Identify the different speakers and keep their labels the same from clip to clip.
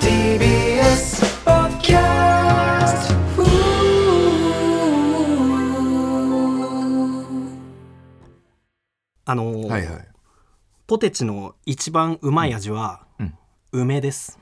Speaker 1: TBS ポッキャスト
Speaker 2: あのー
Speaker 3: はいはい。
Speaker 2: ポテチの一番うまい味は、梅です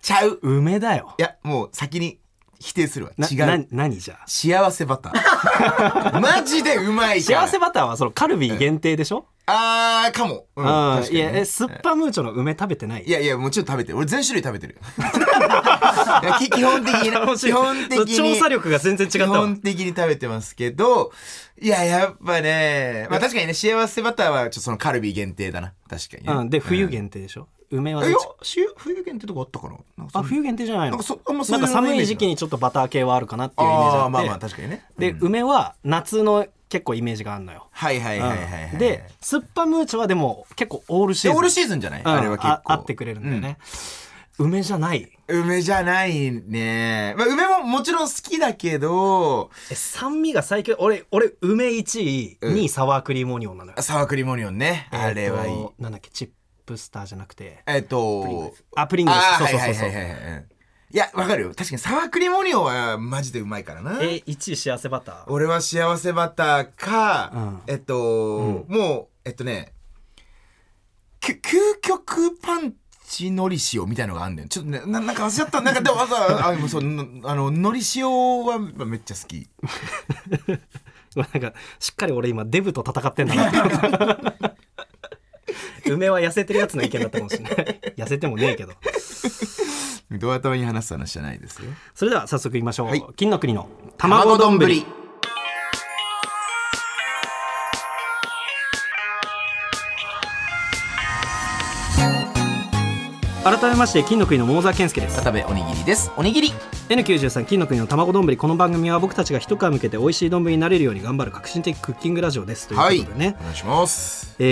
Speaker 3: ちゃう。
Speaker 2: 梅だよ
Speaker 3: いや、もう先に否定するわ。
Speaker 2: な
Speaker 3: 違
Speaker 2: な
Speaker 3: う。
Speaker 2: 何じゃあ
Speaker 3: 幸せバター。 マジでうまいから。
Speaker 2: 幸せバターはそのカルビー限定でしょ、
Speaker 3: あー、かも。うん、
Speaker 2: あ
Speaker 3: 確か
Speaker 2: あい
Speaker 3: に
Speaker 2: や
Speaker 3: ね
Speaker 2: えスッパムーチョの梅食べてない
Speaker 3: いやいや、もちろん食べてる。俺全種類食べてる。 いやき基本的にね、基本的
Speaker 2: そう
Speaker 3: に。
Speaker 2: 調査力が全 然違った
Speaker 3: 基
Speaker 2: わ
Speaker 3: 本的に食べてますけど、いや、やっぱね、まあ確かにね、幸せバターはちょっとそのカルビー限定だな。確かにね、
Speaker 2: うん、で冬限定でしょ、梅はど
Speaker 3: え
Speaker 2: っ
Speaker 3: い
Speaker 2: ち
Speaker 3: やし冬限定とかあったかななんかそ
Speaker 2: あ
Speaker 3: ん
Speaker 2: 冬限定じゃない
Speaker 3: な
Speaker 2: の
Speaker 3: んかそあんまそう
Speaker 2: ないん
Speaker 3: う
Speaker 2: か寒
Speaker 3: イメ
Speaker 2: い
Speaker 3: ージ
Speaker 2: 時
Speaker 3: ない
Speaker 2: 期にちょっとバター系はあるかなっていうイメージあっ
Speaker 3: あ
Speaker 2: て
Speaker 3: ーまあまあ確かにね。
Speaker 2: で、梅は夏の結構イメージがあるのよ、
Speaker 3: はいはいはいはいはい、
Speaker 2: うんでスッパムーチョはでも結構オールシ
Speaker 3: で
Speaker 2: ーズン
Speaker 3: オールシーズンじゃない、
Speaker 2: うん
Speaker 3: あれは結構
Speaker 2: あ合ってくれるんだよね、梅じゃない
Speaker 3: うん梅じゃないね、まあ、梅ももちろん好きだけど
Speaker 2: え酸味が最強俺俺梅1位2位サワークリームオニオンなのよ、
Speaker 3: サワークリームオニオンねあれはいい
Speaker 2: えーとなんだっけチップスターじゃなくて
Speaker 3: えっと
Speaker 2: あプリングル
Speaker 3: あ
Speaker 2: ス
Speaker 3: あ
Speaker 2: そう
Speaker 3: はいは
Speaker 2: そうそう
Speaker 3: い
Speaker 2: そ
Speaker 3: は
Speaker 2: う
Speaker 3: いはいはいうんいやわかるよ確かにサワークリームオニオンはマジでうまいからな
Speaker 2: えー、1位幸せバター
Speaker 3: 俺は幸せバターか、
Speaker 2: うん
Speaker 3: えっと、もうえっとねき究極パンチのり塩みたいのがあんだよちょっとねななんか忘れちゃったなんかでもわざわざあでもそうのあののり塩はめっちゃ好き
Speaker 2: なんかしっかり俺今デブと戦ってんだな って梅は痩せてるやつの意見だったかもしれない痩せてもねえけど
Speaker 3: ドア頭に話す話じゃないですよ
Speaker 2: それでは早速いきましょう、
Speaker 3: はい
Speaker 2: 金の国の卵丼改めまして金の国の桃沢健介です
Speaker 3: 片部おにぎりですおにぎり
Speaker 2: N93 金の国の卵丼この番組は僕たちが一皮向けて美味しい丼になれるように頑張る革新的クッキングラジオですということでね、
Speaker 3: お願いします
Speaker 2: え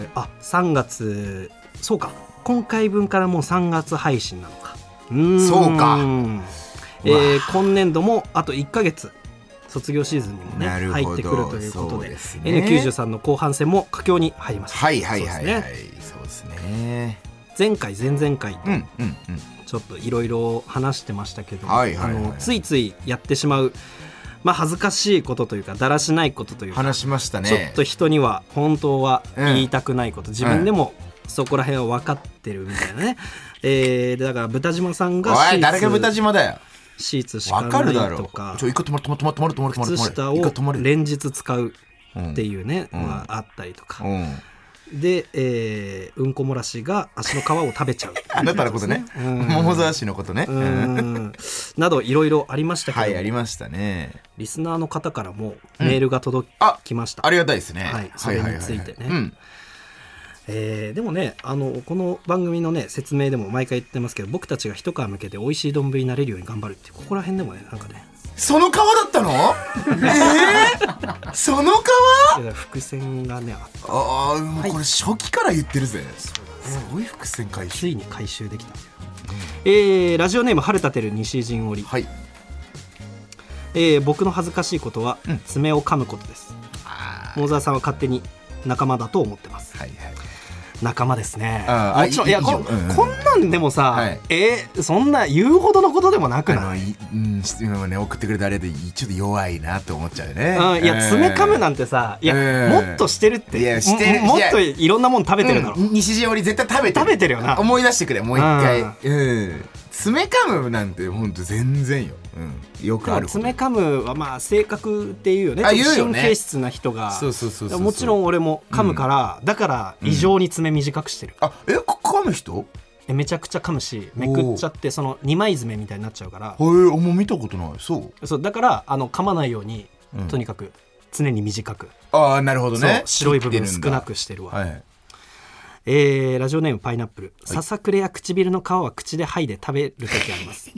Speaker 2: ー、あ3月そうか今回分からもう3月配信なのかうーん
Speaker 3: そうか
Speaker 2: えー今年度もあと1か月卒業シーズンにもね
Speaker 3: なる
Speaker 2: 入
Speaker 3: ほど
Speaker 2: ってくるということ
Speaker 3: そう
Speaker 2: で
Speaker 3: ですね
Speaker 2: N93 の後半戦も佳境に入りました
Speaker 3: はいはいはいはい
Speaker 2: そうですね
Speaker 3: そうですね
Speaker 2: 前回前々回と
Speaker 3: うんうんうん
Speaker 2: ちょっといろいろ話してましたけど、
Speaker 3: はいはいはい
Speaker 2: あのついついやってしまう、まあ、恥ずかしいことというかだらしないことというか、
Speaker 3: 話しましたね
Speaker 2: ちょっと人には本当は言いたくないこと、自分でもそこら辺は分かってるみたいなね、えーでだから豚島さんが
Speaker 3: お
Speaker 2: シ
Speaker 3: い誰が
Speaker 2: ー
Speaker 3: 豚
Speaker 2: ツ
Speaker 3: 島だよ
Speaker 2: シーツしか
Speaker 3: わかるだ
Speaker 2: ない
Speaker 3: ろ
Speaker 2: とか
Speaker 3: ちょ一回止まる止まる止まる止まる止まる
Speaker 2: 靴下
Speaker 3: 一
Speaker 2: を
Speaker 3: 回止まる
Speaker 2: 連日使う
Speaker 3: っ
Speaker 2: っていうね、
Speaker 3: うん
Speaker 2: まあ、あったりとか、
Speaker 3: うん、うん
Speaker 2: で、えーうんこ漏らしが足の皮を食べちゃう
Speaker 3: あなたのことね
Speaker 2: うん
Speaker 3: 桃沢氏のことね
Speaker 2: う
Speaker 3: うん
Speaker 2: んなどいろいろありましたけど、
Speaker 3: はいありましたね
Speaker 2: リスナーの方からもメールが届きました、
Speaker 3: ありがたいですね
Speaker 2: はいそれについてね
Speaker 3: うん
Speaker 2: えーでもねあのこの番組のね説明でも毎回言ってますけど僕たちが一皮向けて美味しい丼になれるように頑張るってここら辺でもねなんかね
Speaker 3: その川だ ったのえー、その川
Speaker 2: いや伏線がねあって
Speaker 3: ああもうこれ初期から言ってるぜ、すごい伏線回
Speaker 2: つ
Speaker 3: 収
Speaker 2: いに回収できた、えーラジオネーム「春立てる西陣織」
Speaker 3: はい
Speaker 2: えー僕の恥ずかしいことは
Speaker 3: うん
Speaker 2: 爪を噛むことです
Speaker 3: あ
Speaker 2: 桃沢さんは勝手に仲間だと思ってます
Speaker 3: ーはいはい
Speaker 2: 仲間ですね
Speaker 3: あー
Speaker 2: もちろん
Speaker 3: あいい
Speaker 2: いやこ
Speaker 3: いいようんうん
Speaker 2: こんなんでもさ、
Speaker 3: はい
Speaker 2: えーそんな言うほどのことでもなく
Speaker 3: あ
Speaker 2: ない
Speaker 3: のいうん質問をね送ってくれたあれでちょっと弱いなと思っちゃうね
Speaker 2: うん、いや爪噛むなんんてさいや、
Speaker 3: うん
Speaker 2: もっとしてるって
Speaker 3: いやしてる
Speaker 2: ももっと
Speaker 3: い
Speaker 2: いろんなもん食べてるだろ、
Speaker 3: うん西陣織絶対食べて
Speaker 2: 食べてるよな
Speaker 3: 思い出してくれもう一回
Speaker 2: うん
Speaker 3: うん爪噛むなんてほんと全然よ、うん、よ
Speaker 2: で
Speaker 3: くあ
Speaker 2: も
Speaker 3: ること
Speaker 2: 爪噛むはまあ性格っていうよね
Speaker 3: あ
Speaker 2: ちょっと
Speaker 3: 言うよね
Speaker 2: 神経質な人が
Speaker 3: そうそうそうそう
Speaker 2: もちろん俺も噛むから、だから異常に爪短くしてる、
Speaker 3: あえこ噛む人
Speaker 2: えめちゃくちゃ噛むしめくっちゃってその二枚爪みたいになっちゃうから
Speaker 3: へえあんま見たことないそう
Speaker 2: そうだからあの噛まないように、
Speaker 3: うん
Speaker 2: とにかく常に短く、
Speaker 3: ああなるほど
Speaker 2: そう
Speaker 3: ね
Speaker 2: 白い部分
Speaker 3: 切
Speaker 2: 少
Speaker 3: ってるんだ
Speaker 2: なくしてるわ、
Speaker 3: はい
Speaker 2: えーラ ジオネームパイナップル、ささくれや唇の皮は口で剥いで食べる時あります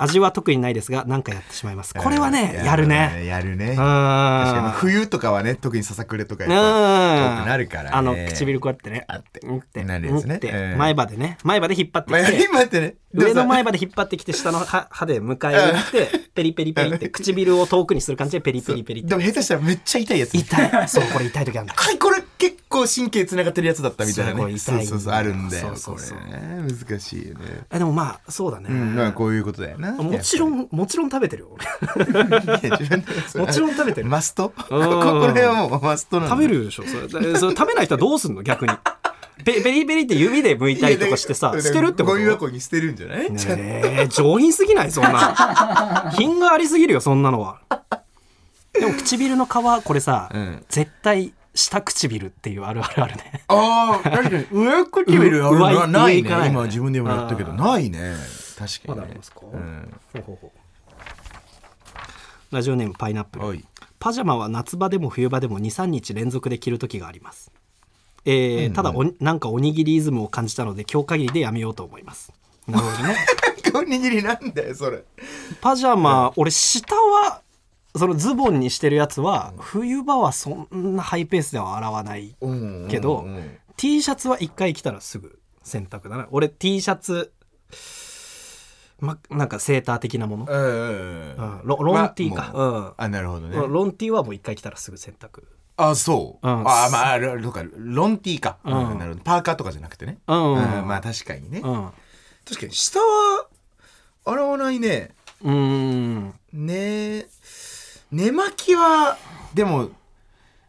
Speaker 2: 味は特にないですが何かやってしまいますこれはねやるね
Speaker 3: やるね
Speaker 2: うん
Speaker 3: 確かに冬とかはね特にささくれとかやっぱ
Speaker 2: う
Speaker 3: 遠
Speaker 2: ん
Speaker 3: くなるからね
Speaker 2: あの唇こうやってね
Speaker 3: あって
Speaker 2: うんって
Speaker 3: なるやつね
Speaker 2: うんって
Speaker 3: うん
Speaker 2: 前歯でね前歯で引っ張って
Speaker 3: まあ
Speaker 2: きて
Speaker 3: 今ってねでも
Speaker 2: 上
Speaker 3: さ
Speaker 2: の前歯で引っ張ってきて下の歯歯で迎え撃ってペリペリペリって唇を遠くにする感じでペリペリペリって
Speaker 3: でも下手したらめっちゃ痛いやつ
Speaker 2: 痛いそうこれ痛い時あるんだ
Speaker 3: はいこれ結構神経つながってるやつだったみたいな
Speaker 2: すごい
Speaker 3: ね
Speaker 2: 痛い
Speaker 3: そうそうそうあるんだよ
Speaker 2: そうそうそう
Speaker 3: これね難しいよね
Speaker 2: えでもまあそうだね、
Speaker 3: うん、まあこういうことだよな。
Speaker 2: もちろ
Speaker 3: ん。
Speaker 2: んもちろん食べてるよ俺
Speaker 3: も
Speaker 2: もちろん食べてる
Speaker 3: マストここれはもうマストなの。
Speaker 2: 食べるでしょそれだそれ食べない人はどうすんの逆にペペリペリって指で剥いたりとかし てさ
Speaker 3: いや
Speaker 2: 捨てるってこ
Speaker 3: ゴミ
Speaker 2: と
Speaker 3: 箱に捨てるんじゃない、ちゃんと
Speaker 2: ねえ上品すぎないそんな品がありすぎるよそんなのはでも唇の皮これさ、
Speaker 3: うん
Speaker 2: 絶対下唇っていうあるあ るあるね
Speaker 3: ああ、確かに上唇あるな
Speaker 2: 上上
Speaker 3: ない
Speaker 2: 行かな
Speaker 3: ね。
Speaker 2: い
Speaker 3: 今自分でもやったけど、
Speaker 2: あ
Speaker 3: ないね。確かに、ね。
Speaker 2: まだありますか
Speaker 3: うん。
Speaker 2: ほうほうほうラジオネームパイナップル
Speaker 3: おい。
Speaker 2: パジャマは夏場でも冬場でも23日連続で着る時があります、えーただおになんかおにぎりイズムを感じたので今日限りでやめようと思いますなるほどね
Speaker 3: おにぎりなんだよ、それ。
Speaker 2: パジャマ俺下はそのズボンにしてるやつは冬場はそんなハイペースでは洗わない
Speaker 3: うん
Speaker 2: けど、
Speaker 3: うん
Speaker 2: T シャツは1回着たらすぐ洗濯だな俺 T シャツまなんかセーター的なもの、
Speaker 3: うんうん
Speaker 2: う
Speaker 3: うん
Speaker 2: ん、ロロン T か、
Speaker 3: まあもうあ、なるほどね
Speaker 2: う。ん、ロン T はもう1回着たらすぐ洗濯
Speaker 3: あ、そう。
Speaker 2: うん
Speaker 3: あ、まあ、ロかロンティーか、
Speaker 2: うん
Speaker 3: うんなるほど。パーカーとかじゃなくてね。
Speaker 2: うん
Speaker 3: まあ確かにね。
Speaker 2: うん
Speaker 3: 確かに下は洗わないね
Speaker 2: うーん
Speaker 3: ね寝巻きはでも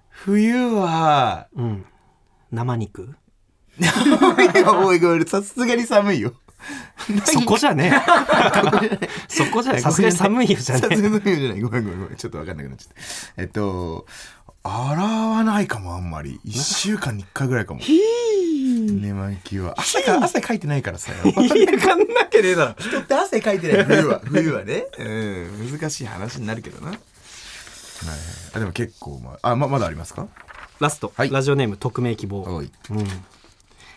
Speaker 3: 冬は
Speaker 2: うん生肉
Speaker 3: いやおいおいさすがに寒いよ
Speaker 2: そこじゃね えそこじゃねえさすがに寒いよじゃ
Speaker 3: さすがに
Speaker 2: ね
Speaker 3: 寒いよじゃないごめんごめんごめんちょっと分かんなくなっちゃったえっと洗わないかもあんまり1週間に1回ぐらいかも寝巻きは朝か汗かいてないからさ
Speaker 2: えいやかんなきゃねえだろ
Speaker 3: 人って汗かい てない冬は冬はね、うん、難しい話になるけどな、はいはいあでも結構、まあ、あままだありますか
Speaker 2: ラスト、
Speaker 3: はい
Speaker 2: ラジオネーム匿名希望、
Speaker 3: い
Speaker 2: うん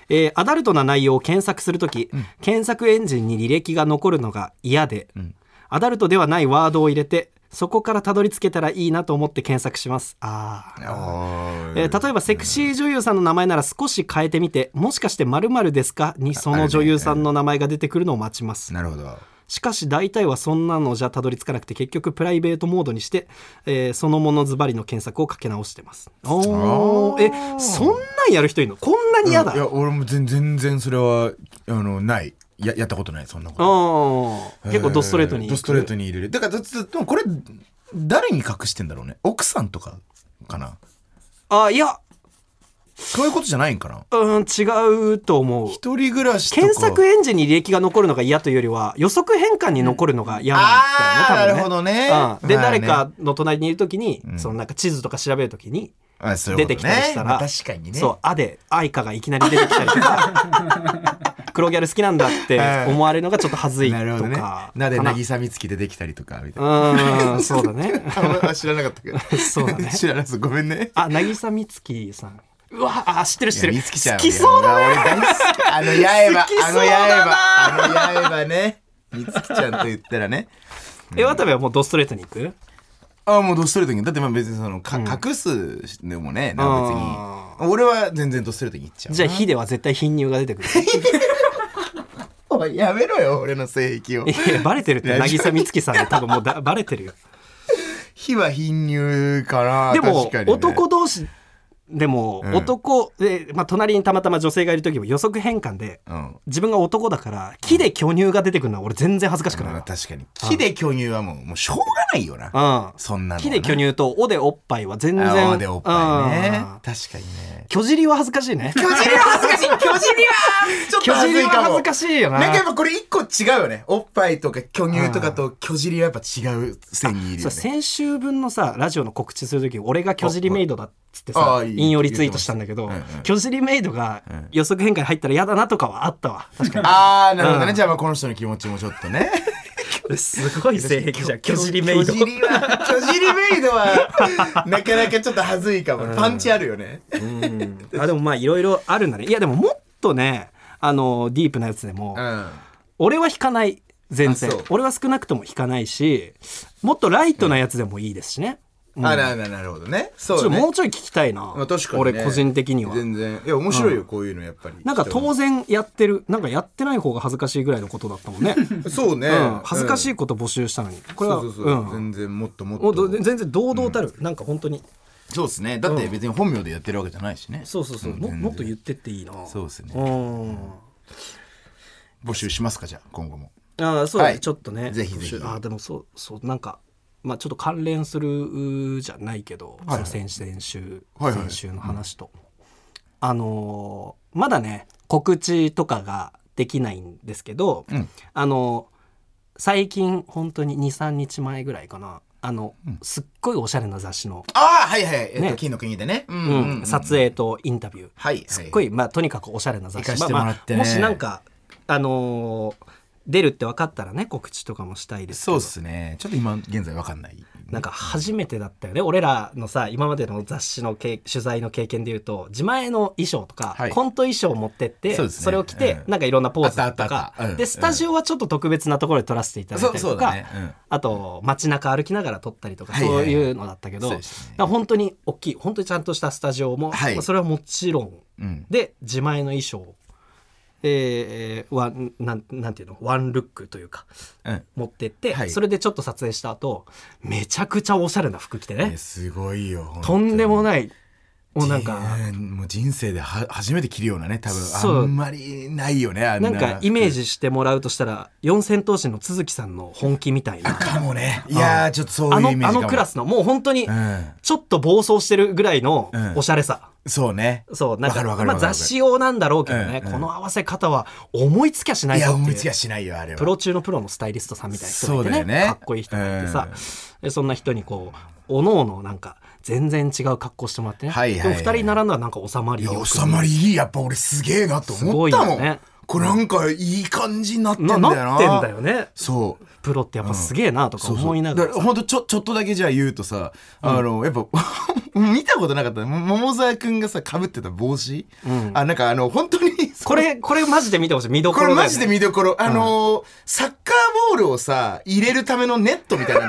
Speaker 2: えーアダルトな内容を検索するとき、検索エンジンに履歴が残るのが嫌で、
Speaker 3: ん
Speaker 2: アダルトではないワードを入れてそこからたどり着けたらいいなと思って検索しますあーえー例えばセクシー女優さんの名前なら少し変えてみてもしかして〇〇ですかにその女優さんの名前が出てくるのを待ちます
Speaker 3: なるほど
Speaker 2: しかし大体はそんなのじゃたどり着かなくて結局プライベートモードにして、えーそのものズバリの検索をかけ直してますお
Speaker 3: あ
Speaker 2: お
Speaker 3: ー
Speaker 2: えそんなんやる人いるのこんなに嫌だ、
Speaker 3: いや俺も全全然それはあのないややったことないそんなこと
Speaker 2: おー結構ドストレートに
Speaker 3: えードストレートに入れるだからだだでもこれ誰に隠してんだろうね奥さんとかかな
Speaker 2: あいや
Speaker 3: そういうことじゃないんかな
Speaker 2: うん違うと思う
Speaker 3: 一人暮らしとか
Speaker 2: 検索エンジンに履歴が残るのが嫌というよりは予測変換に残るのが嫌なんだよね、
Speaker 3: あー
Speaker 2: 多分ね
Speaker 3: なるほどね
Speaker 2: うんで、
Speaker 3: まあね
Speaker 2: 誰かの隣にいる時に、
Speaker 3: ん
Speaker 2: そのなんか地図とか調べる時に
Speaker 3: あそうい
Speaker 2: 出
Speaker 3: うこ
Speaker 2: て
Speaker 3: と
Speaker 2: き
Speaker 3: ね
Speaker 2: たりしたら、
Speaker 3: まあ確かにね
Speaker 2: そう「あ」で「愛花」がいきなり出てきたりと か黒ギャル好きなんだって思われるのがちょっと恥ずいと
Speaker 3: なるほどね
Speaker 2: か
Speaker 3: なで
Speaker 2: かな
Speaker 3: 渚美月出てきたりとかみたいうな
Speaker 2: ーんそうだね
Speaker 3: あ知らなかったけど
Speaker 2: そうだね
Speaker 3: 知らなそうごめんね
Speaker 2: あ渚美月さんうわあ知ってる知ってる
Speaker 3: いや美月ちゃん
Speaker 2: 好きそうだね
Speaker 3: ね俺大好きあの刃
Speaker 2: 好き
Speaker 3: あ
Speaker 2: そう
Speaker 3: の
Speaker 2: だ
Speaker 3: 刃あの刃ね美月ちゃんと言ったらね
Speaker 2: え渡部はもうドストレートに行く
Speaker 3: あもうどストレートにだってまあ別にそのか、
Speaker 2: ん
Speaker 3: 隠すでもね
Speaker 2: あ
Speaker 3: なん
Speaker 2: ー
Speaker 3: か別に俺は全然どストレートにいっちゃう
Speaker 2: じゃあ「ひ」では絶対貧乳が 出てくる
Speaker 3: おいやめろよ俺の性癖を
Speaker 2: いやバレてるって渚美月さんで多分もうだバレてるよ
Speaker 3: 火は貧乳から
Speaker 2: でも
Speaker 3: 確かに、ね、
Speaker 2: 男同士でも
Speaker 3: うん
Speaker 2: 男で、まあ、隣にたまたま女性がいる時も予測変換で
Speaker 3: うん
Speaker 2: 自分が男だから木で巨乳が出てくるのは俺全然恥ずかしくない
Speaker 3: まあ
Speaker 2: わ、
Speaker 3: 確かに木で巨乳はもうもうしょうがないよな
Speaker 2: うん
Speaker 3: そんなのはね
Speaker 2: 木で巨乳と「お」でおっぱいは全然
Speaker 3: あおでおっぱいね
Speaker 2: うん
Speaker 3: 確かにね
Speaker 2: 巨尻は恥ずかしいね
Speaker 3: 巨尻は恥ず かしい巨尻はちょっと
Speaker 2: 巨
Speaker 3: 恥ず
Speaker 2: 尻
Speaker 3: い
Speaker 2: は
Speaker 3: かも
Speaker 2: 恥ずかしいよな
Speaker 3: なんかやっぱこれ一個違うよねおっぱいとか巨乳とかと巨尻はやっぱ違う線にいるよ
Speaker 2: そう
Speaker 3: ね
Speaker 2: 先週分のさラジオの告知する時俺が巨尻メイドだっつって
Speaker 3: あ
Speaker 2: さ
Speaker 3: あいい
Speaker 2: 引用リツイートしたんだけど、
Speaker 3: 言ってましたうんうん
Speaker 2: 巨尻メイドが予測変換に入ったら嫌だなとかはあったわ確か
Speaker 3: ああなるほどね、
Speaker 2: うん
Speaker 3: じゃあまあこの人の気持ちもちょっとね
Speaker 2: にすごい性癖じゃん巨尻メイ ド
Speaker 3: 巨尻は巨尻メイドはなかなかちょっと恥ずいかも、パンチあるよね
Speaker 2: うんあでもまあいろいろあるんだねいやでももっとねあのディープなやつでも、
Speaker 3: うん
Speaker 2: 俺は引かない全
Speaker 3: あ
Speaker 2: 然
Speaker 3: そう
Speaker 2: 俺は少なくとも引かないしもっとライトなやつでもいいですしね、うん
Speaker 3: あららなるほどねそ
Speaker 2: ちょ
Speaker 3: う
Speaker 2: っと
Speaker 3: だね
Speaker 2: もうちょい聞きたいな、
Speaker 3: まあ確かにね
Speaker 2: 俺個人的には
Speaker 3: 全然いや面白いよこういうのやっぱり
Speaker 2: なんか当然やってるなんかやってない方が恥ずかしいぐらいのことだったもん ね、
Speaker 3: そうね
Speaker 2: うん、恥ずかし
Speaker 3: い
Speaker 2: いこと募集したのにこれ
Speaker 3: そう
Speaker 2: は
Speaker 3: そうそううん全然もっともっ
Speaker 2: もうど
Speaker 3: と
Speaker 2: 全然堂々たる、なんか本当に
Speaker 3: そうですねだって別に本名でやってるわけじゃないしね
Speaker 2: そうそうそう、ももっと言ってっていいな
Speaker 3: そうですね
Speaker 2: うん
Speaker 3: 募集しますかじゃあ今後も
Speaker 2: ああそうだね、
Speaker 3: はい
Speaker 2: ちょっとね
Speaker 3: ぜひぜひ
Speaker 2: ああでもそうそうなんかまあちょっと関連するうーじゃないけど、
Speaker 3: はいはい
Speaker 2: その先々週、
Speaker 3: はいはい
Speaker 2: 先週の話と、あのーまだね告知とかができないんですけど、
Speaker 3: うん
Speaker 2: あの最近本当に23日前ぐらいかなあの、すっごいおしゃれな雑誌の、
Speaker 3: ああはいはいえっ
Speaker 2: ね
Speaker 3: と金の国でねうん
Speaker 2: うん
Speaker 3: うん
Speaker 2: 撮影とインタビュー、
Speaker 3: はいはい
Speaker 2: すっごい、まあ、とにかくおしゃれな雑誌
Speaker 3: 行かしてもらってね
Speaker 2: まあまあもしなんか、あのー出るって分かったらね告知とかもしたいですけ
Speaker 3: そう
Speaker 2: ど
Speaker 3: ですねちょっと今現在わかんない
Speaker 2: なんか初めてだったよね俺らのさ今までの雑誌のけい取材の経験でいうと自前の衣装とか、
Speaker 3: はい
Speaker 2: コント衣装を持ってって
Speaker 3: そ
Speaker 2: そ,、
Speaker 3: うですね
Speaker 2: れを着て、
Speaker 3: うん
Speaker 2: なんかいろんなポーズ
Speaker 3: あった
Speaker 2: と
Speaker 3: あったあ
Speaker 2: か
Speaker 3: っ、たうん
Speaker 2: でスタジオはちょっと特別なところで撮らせていただいたり
Speaker 3: そうそ
Speaker 2: と
Speaker 3: う
Speaker 2: か、
Speaker 3: だねうん
Speaker 2: あと街中歩きながら撮ったりとか、
Speaker 3: はいはい
Speaker 2: そういうのだったけど、
Speaker 3: そうでしたね
Speaker 2: だから本当に大きい本当にちゃんとしたスタジオも、
Speaker 3: はい
Speaker 2: まあそれはもちろん
Speaker 3: うん
Speaker 2: で自前の衣装、えー、ワンなんなんていうのワンルックというか
Speaker 3: うん
Speaker 2: 持ってって、
Speaker 3: はい
Speaker 2: それでちょっと撮影した後めちゃくちゃおしゃれな服着て
Speaker 3: え
Speaker 2: ね
Speaker 3: すごいよ
Speaker 2: とんでも
Speaker 3: ない
Speaker 2: ないもうなんか
Speaker 3: もう人生では初めて着るようなね多
Speaker 2: そう
Speaker 3: 分あんまりないよねあん
Speaker 2: な
Speaker 3: なん
Speaker 2: かイメージしてもらうとしたら四千頭身の都築さんの本気みたいな
Speaker 3: かもねいやーちょっとそう
Speaker 2: あ
Speaker 3: い
Speaker 2: の
Speaker 3: うイメージかも
Speaker 2: あのクラスのもう本当に
Speaker 3: うん
Speaker 2: ちょっと暴走してるぐらいの
Speaker 3: うん
Speaker 2: おしゃれさ。
Speaker 3: そうね
Speaker 2: そうなん
Speaker 3: わ
Speaker 2: か
Speaker 3: るわる
Speaker 2: まあ
Speaker 3: わかる
Speaker 2: 雑誌用なんだろうけどね、
Speaker 3: うんうん
Speaker 2: この合わせ方は思いつきゃしない
Speaker 3: い
Speaker 2: ぞ
Speaker 3: や
Speaker 2: っていう
Speaker 3: 思いつきはしないよあれは
Speaker 2: プロ中のプロのスタイリストさんみたいな人が
Speaker 3: そ
Speaker 2: いて
Speaker 3: う
Speaker 2: ね
Speaker 3: だよね
Speaker 2: かっこいい人がいてさ、でそんな人にこうおのおのなんか全然違う格好してもらってね、
Speaker 3: はいはいはい
Speaker 2: でも二人並んだらなんか収まり
Speaker 3: い
Speaker 2: よ
Speaker 3: や
Speaker 2: く
Speaker 3: 収まりいいやっぱ俺すげえなと思った
Speaker 2: すご
Speaker 3: も
Speaker 2: いよ
Speaker 3: ん、
Speaker 2: ね
Speaker 3: これなんかいい感じになってんだ
Speaker 2: な
Speaker 3: よな
Speaker 2: なってんだよね
Speaker 3: そう
Speaker 2: プロってやっぱすげえなとか思いながら
Speaker 3: そうそうだからほんとちょちょっとだけじゃあ言うとさ、あのやっぱ 見たことなかったも桃沢君がさかぶってた帽子、あなんかあの本当に
Speaker 2: これこれマジで見てほしい見どこ
Speaker 3: こ
Speaker 2: ろ
Speaker 3: れ
Speaker 2: だよ、
Speaker 3: マ
Speaker 2: ね、
Speaker 3: ジで見どころ、あのーサッカーボールをさ入れるためのネットみたいなあ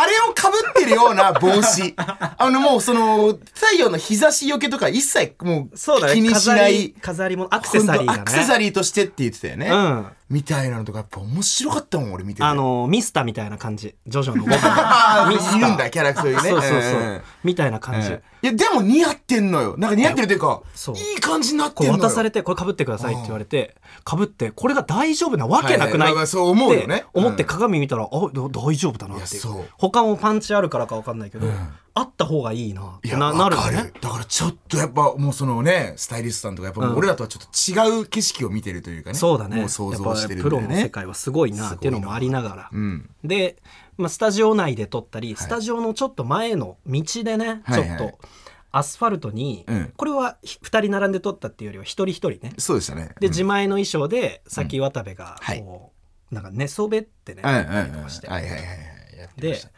Speaker 3: あれをかぶってるような帽 子あのもうその太陽の日差しよけとか一切もう
Speaker 2: そうだね
Speaker 3: 気にし
Speaker 2: 飾
Speaker 3: な
Speaker 2: り
Speaker 3: い
Speaker 2: 飾り物アクセサリー
Speaker 3: ほ
Speaker 2: が
Speaker 3: ん
Speaker 2: ね
Speaker 3: とアクセサリーとしてって言ってたよね、
Speaker 2: うん
Speaker 3: みたいなのとかやっぱ面白かったもん俺見てて
Speaker 2: あのミスターみたいな感じジョジョの
Speaker 3: あ
Speaker 2: ミ
Speaker 3: ー
Speaker 2: ス
Speaker 3: い
Speaker 2: タ
Speaker 3: るん
Speaker 2: ー
Speaker 3: だキャラクターにね
Speaker 2: そうそうそう、
Speaker 3: ん
Speaker 2: みたいな感じ、
Speaker 3: いやでも似合ってんのよなんか似合ってるというか
Speaker 2: そう
Speaker 3: いい感じになって
Speaker 2: こ
Speaker 3: ん
Speaker 2: う
Speaker 3: のよ
Speaker 2: 渡されてこれかぶってくださいって言われてかぶってこれが大丈夫なわけなくな
Speaker 3: はいはいいまあまあそう思うよね
Speaker 2: って思って
Speaker 3: うん
Speaker 2: 鏡見たらあだ大丈夫だなってい
Speaker 3: いうやそう
Speaker 2: 他もパンチあるからか分かんないけどあった方がいいなっ
Speaker 3: い
Speaker 2: て
Speaker 3: や
Speaker 2: ななる
Speaker 3: わ
Speaker 2: よ
Speaker 3: か
Speaker 2: ね
Speaker 3: だからちょっとやっぱもうそのねスタイリストさんとかやっぱもう俺らとはちょっと違う景色を見てるというかね
Speaker 2: そうだね
Speaker 3: もう想像してる
Speaker 2: や
Speaker 3: んで
Speaker 2: っぱプロの世
Speaker 3: ね
Speaker 2: 界はすごいなっていうのもありながら
Speaker 3: うん
Speaker 2: で、まあ、スタジオ内で撮ったり、スタジオのちょっと前の道でね、
Speaker 3: はい
Speaker 2: ちょっ
Speaker 3: はい
Speaker 2: とアスファルトに、
Speaker 3: うん
Speaker 2: これは2人並んで撮ったっていうよりは一人一人ね
Speaker 3: そうでしたね
Speaker 2: で、
Speaker 3: うん
Speaker 2: 自前の衣装でさっき渡部が
Speaker 3: はい
Speaker 2: こう、なんか寝そべってね、
Speaker 3: うんうんうん
Speaker 2: たりとかして、
Speaker 3: はいはいはいはいやってま
Speaker 2: で
Speaker 3: した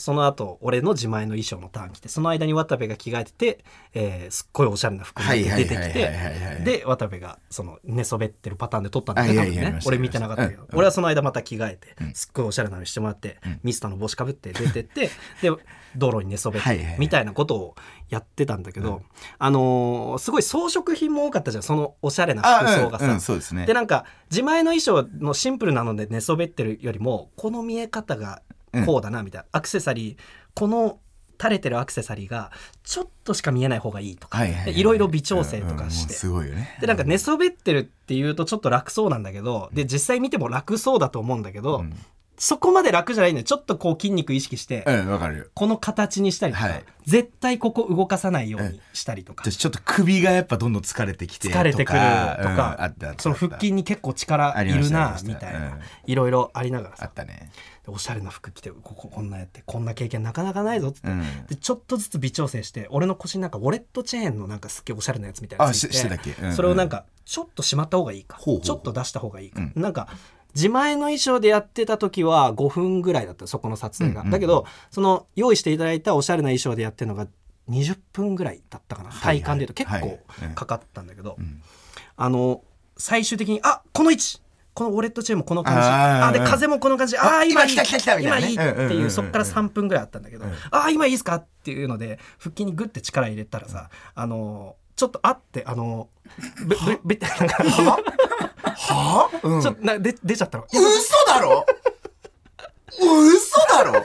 Speaker 2: その後俺の自前の衣装のターン来てその間に渡部が着替えてて、えーすっごいおしゃれな服が
Speaker 3: はいはいは
Speaker 2: 出
Speaker 3: い
Speaker 2: てき
Speaker 3: はいはいはいは
Speaker 2: て
Speaker 3: い
Speaker 2: で渡部がその寝そべってるパターンで撮ったんだけど、
Speaker 3: あ
Speaker 2: 多
Speaker 3: いやい
Speaker 2: 分
Speaker 3: ややり
Speaker 2: ね
Speaker 3: ました
Speaker 2: 俺見てなかったけど、
Speaker 3: やりましたうん
Speaker 2: 俺はその間また着替えて、すっごいおしゃれなのにしてもらって、ミスターの帽子かぶって出 てってで道路に寝そべっ
Speaker 3: はいはいは
Speaker 2: て
Speaker 3: い
Speaker 2: みたいなことをやってたんだけど、あのーすごい装飾品も多かったじゃんそのおしゃれな
Speaker 3: あ
Speaker 2: 服装がさ。
Speaker 3: うんうんそうですね
Speaker 2: でなんか自前の衣装のシンプルなので寝そべってるよりもこの見え方がこうだなみたいな、アクセサリーこの垂れてるアクセサリーがちょっとしか見えない方がいいとか、
Speaker 3: はいはは
Speaker 2: でいろいろ微調整
Speaker 3: う
Speaker 2: と
Speaker 3: んうんも
Speaker 2: か
Speaker 3: う
Speaker 2: して、
Speaker 3: すごいよね
Speaker 2: でなんか寝そべってるっていうとちょっと楽そうなんだけどで実際見ても楽そうだと思うんだけど、
Speaker 3: うん
Speaker 2: そこまで楽じゃないんだよちょっとこう筋肉意識して、
Speaker 3: うんわかるよ
Speaker 2: この形にしたりとか、
Speaker 3: はい
Speaker 2: 絶対ここ動かさないようにしたりとか。
Speaker 3: 私ちょっと首がやっぱどんどん疲れてきて
Speaker 2: 疲れてくると
Speaker 3: うん
Speaker 2: か、
Speaker 3: あったあった
Speaker 2: その腹筋に結構力
Speaker 3: あ
Speaker 2: い
Speaker 3: りま
Speaker 2: る
Speaker 3: したあり
Speaker 2: な
Speaker 3: ました
Speaker 2: みたいな、
Speaker 3: うん
Speaker 2: いろいろありながら
Speaker 3: あ
Speaker 2: さ
Speaker 3: ったね
Speaker 2: おしゃれな服着てこここんなやってこんな経験なかなかないぞっつって、
Speaker 3: うん
Speaker 2: でちょっとずつ微調整して俺の腰になんかウォレットチェーンのなんかすっげえおしゃれなやつみたいなの
Speaker 3: あ
Speaker 2: つい
Speaker 3: ししてたっけうんうん
Speaker 2: それをなんかちょっとしまった方がいいか
Speaker 3: ほうほうほう
Speaker 2: ちょっと出した方がいいか、なんか自前の衣装でやってた時は5分ぐらいだったそこの撮影が、
Speaker 3: うんうん
Speaker 2: だけどその用意していただいたおしゃれな衣装でやってるのが20分ぐらいだったかな体感でいうと
Speaker 3: はい
Speaker 2: 結
Speaker 3: はい
Speaker 2: 構かかったんだけど、
Speaker 3: ん
Speaker 2: あの最終的にあこの位置この俺とチェーンもこの感じ
Speaker 3: あー
Speaker 2: あで
Speaker 3: うん
Speaker 2: 風もこの感じああ今い
Speaker 3: 今
Speaker 2: い
Speaker 3: 来た来た来たみた
Speaker 2: 今
Speaker 3: いなね
Speaker 2: いい
Speaker 3: うんう
Speaker 2: って
Speaker 3: んうん
Speaker 2: いううんそっから3分ぐらいあったんだけどああ今いいですかっていうので腹筋にグッて力入れたらさあのーちょっとあってあのーべべべってなんか
Speaker 3: はあ、うん
Speaker 2: ちょっとなで出ちゃったの
Speaker 3: 嘘だろ嘘だろ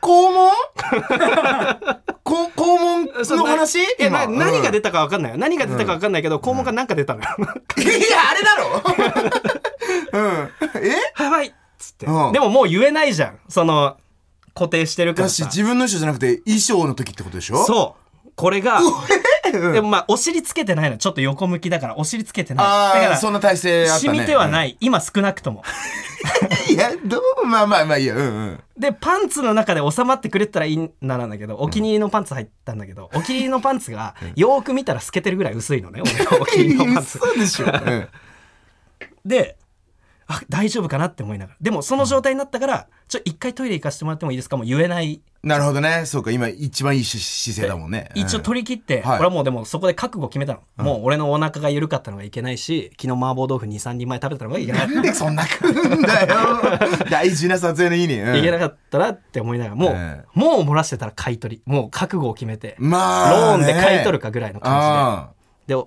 Speaker 3: 肛門こ肛門の話
Speaker 2: いやな
Speaker 3: 今
Speaker 2: 何
Speaker 3: う
Speaker 2: が
Speaker 3: ん
Speaker 2: 出たか分かんないよ何が出たか分かんないけど肛門が何か出たのよ
Speaker 3: いやあれだろうんえ
Speaker 2: やばいっつって
Speaker 3: うん
Speaker 2: でももう言えないじゃんその固定してるから
Speaker 3: 私
Speaker 2: さ
Speaker 3: 自分の衣装じゃなくて衣装の時ってことでしょう
Speaker 2: そうこれがでもまあお尻つけてないのちょっと横向きだからお尻つけてないだか
Speaker 3: ああ
Speaker 2: ら
Speaker 3: そんな体勢あったね
Speaker 2: 染みてはない今少なくとも
Speaker 3: いやどうまあまあまあいいやうんうん
Speaker 2: でパンツの中で収まってくれたらいいななんだけどお気に入りのパンツ入ったんだけ どお気に入りのパンツがよーく見たら透けてるぐらい薄いのね 俺のお気に入りのパンツ
Speaker 3: 嘘でしょ、 うん
Speaker 2: であ大丈夫かなって思いながらでもその状態になったからちょ一回トイレ行かせてもらってもいいですかもう言えない
Speaker 3: なるほどねそうか今一番いいし姿勢だもんね
Speaker 2: 一応
Speaker 3: うん
Speaker 2: 取り切って、
Speaker 3: はい
Speaker 2: 俺はもうでもそこで覚悟決めたの、もう俺のお腹が緩かったのがいけないし昨日麻婆豆腐23人前食べたのがいけない、
Speaker 3: なんでそんな食うんだよ 大事な撮影の日に、うん
Speaker 2: いけなかったなって思いながらもう、
Speaker 3: え
Speaker 2: もう漏らしてたら買い取りもう覚悟を決めて、
Speaker 3: まあ、
Speaker 2: ローンで買い取る
Speaker 3: か
Speaker 2: かぐらいの感
Speaker 3: あ
Speaker 2: じでで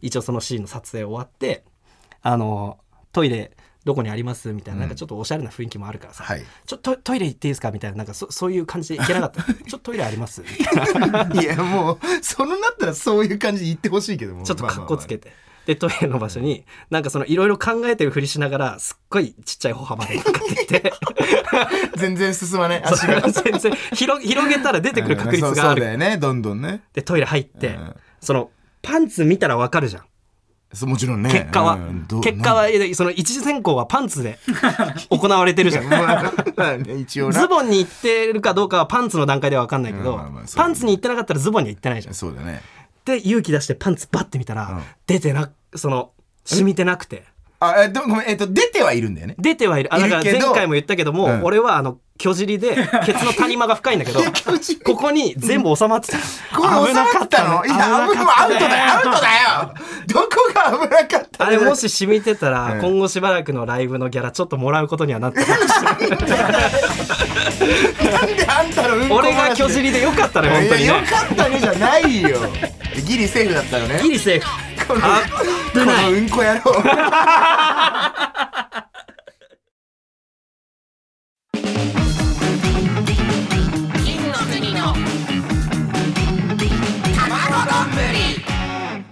Speaker 2: 一応そのシーンの撮影終わってあのトイレどこにありますみたいな,、なんかちょっとおしゃれな雰囲気もあるからさ、
Speaker 3: はい
Speaker 2: ちょっとトイレ行っていいですかみたいななんかそそういう感じで行けなかった ちょっとトイレありますみたいな
Speaker 3: あ いやもうそのなったらそういう感じで言ってほしいけども
Speaker 2: ちょっとかっこつけ
Speaker 3: て、
Speaker 2: て。でトイレの場所になんかそのいろいろ考えてるふりしながらすっごいちっちゃい歩幅で向かっていて
Speaker 3: まあま あ全然進まない足が
Speaker 2: 全然広広げたら出てくる確率
Speaker 3: うん
Speaker 2: があ
Speaker 3: そうそう
Speaker 2: る、
Speaker 3: だよねどんどんね
Speaker 2: でトイレ入って、
Speaker 3: うん
Speaker 2: そのパンツ見たらわかるじゃん
Speaker 3: そうもちろんね
Speaker 2: 結果は、
Speaker 3: うんどう
Speaker 2: 結果はその一次選考はパンツで行われてるじゃん
Speaker 3: まあ まあね一応な
Speaker 2: ズボンに行ってるかどうかはパンツの段階ではわかんないけど、
Speaker 3: うんまあまあそう
Speaker 2: パンツに行ってなかったらズボンには行ってないじゃん
Speaker 3: そうだね
Speaker 2: で勇気出してパンツバッて見たら、
Speaker 3: ん
Speaker 2: 出てなその染みてなくて。
Speaker 3: あえでもごめんえっと出てはいるんだよね
Speaker 2: 出てはいるあだから
Speaker 3: いるけ
Speaker 2: 前
Speaker 3: ど
Speaker 2: 回も言ったけども、
Speaker 3: うん
Speaker 2: 俺はあの巨尻でケツの谷間が 深いんだけどここに全部収まってた
Speaker 3: これ収まったのい
Speaker 2: 危な
Speaker 3: や
Speaker 2: かった
Speaker 3: 危
Speaker 2: ね
Speaker 3: なアウトだよアウトだよどこが危なかった
Speaker 2: あ
Speaker 3: の
Speaker 2: れもし染みてたら、
Speaker 3: うん
Speaker 2: 今後しばらくのライブのギャラちょっともらうことにはなってた
Speaker 3: なんであんたのうんこ漏ら
Speaker 2: 俺
Speaker 3: し
Speaker 2: が巨尻でよかったね本当に
Speaker 3: いやよ
Speaker 2: ね
Speaker 3: かったねじゃないよギリセーフだったのね
Speaker 2: ギリセーフ
Speaker 3: この
Speaker 2: 危
Speaker 3: こ
Speaker 2: な
Speaker 3: の
Speaker 2: い
Speaker 3: うんこ野郎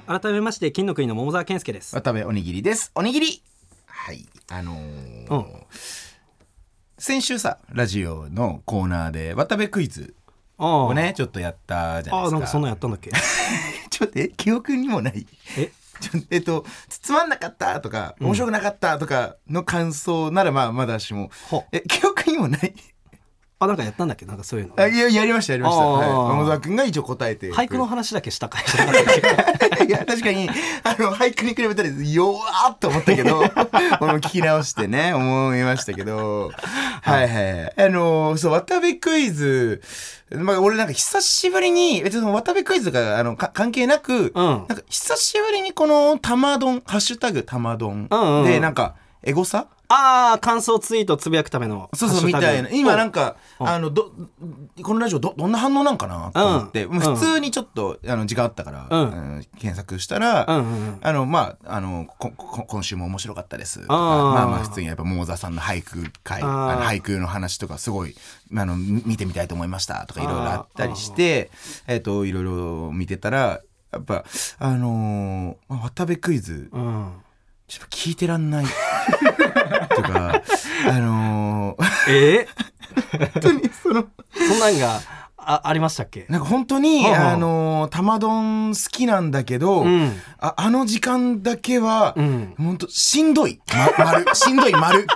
Speaker 2: 改めまして金の国の桃沢健介です
Speaker 3: 渡部おにぎりですおにぎりはいあのー
Speaker 2: うん
Speaker 3: 先週さラジオのコーナーで渡部クイズ
Speaker 2: あ
Speaker 3: を
Speaker 2: あ、
Speaker 3: ねちょっとやったじゃないで
Speaker 2: ああ
Speaker 3: すか
Speaker 2: なんかそんなんやったんだっけ
Speaker 3: ちょっとえ記憶にもない
Speaker 2: え
Speaker 3: ちょえっとつつまんなかったとか面白くなかったとかの感想ならまあまだしも、
Speaker 2: ほ
Speaker 3: え記憶にもない
Speaker 2: あなんかやったんだっけなんかそういうの
Speaker 3: あいややりましたやりました
Speaker 2: あー
Speaker 3: はい桃沢君が一応答えて
Speaker 2: 俳句の
Speaker 3: く
Speaker 2: 話だけしたか じゃなかったっけ
Speaker 3: れ いや確かにあの俳句に比べたら弱っと思ったけど 俺も聞き直してね思いましたけどはいはいあのそう渡部クイズ、まあ、俺なんか久しぶりに別にその渡部クイズがあのか関係なく、
Speaker 2: うん
Speaker 3: なんか久しぶりにこの玉丼、ハッシュタグ玉丼
Speaker 2: うんうん
Speaker 3: で、なんか、エゴサ
Speaker 2: ああ感想ツイートつぶやくための
Speaker 3: そうそう、みたいな。今なん
Speaker 2: か
Speaker 3: か、あの、ど、このラジオど、どんな反応なんかなと思って、
Speaker 2: うん
Speaker 3: 普通にちょっと、あの、時間あったから、
Speaker 2: うん
Speaker 3: うん検索したら、
Speaker 2: うんうんうん
Speaker 3: あの、まあ、あの、ここ今週も面白かったですとか、
Speaker 2: あー
Speaker 3: まあまあ、普通にやっぱ、桃沢さんの俳句会、
Speaker 2: あー
Speaker 3: あの俳句の話とか、すごい、あの、み見てみたいと思いましたとか、いろいろあったりして、えっと、いろいろ見てたら、やっぱ、あのー、渡部クイズ、
Speaker 2: うん
Speaker 3: ちょっと聞いてらん ない。とか、あのー
Speaker 2: え
Speaker 3: 本当にその、
Speaker 2: そんなんがあありましたっけ
Speaker 3: なんか本当に、
Speaker 2: はあはあ
Speaker 3: あのー玉丼好きなんだけど、
Speaker 2: うん
Speaker 3: ああの時間だけは、
Speaker 2: うん
Speaker 3: 本当しんどい。ま、 丸。しんどい丸。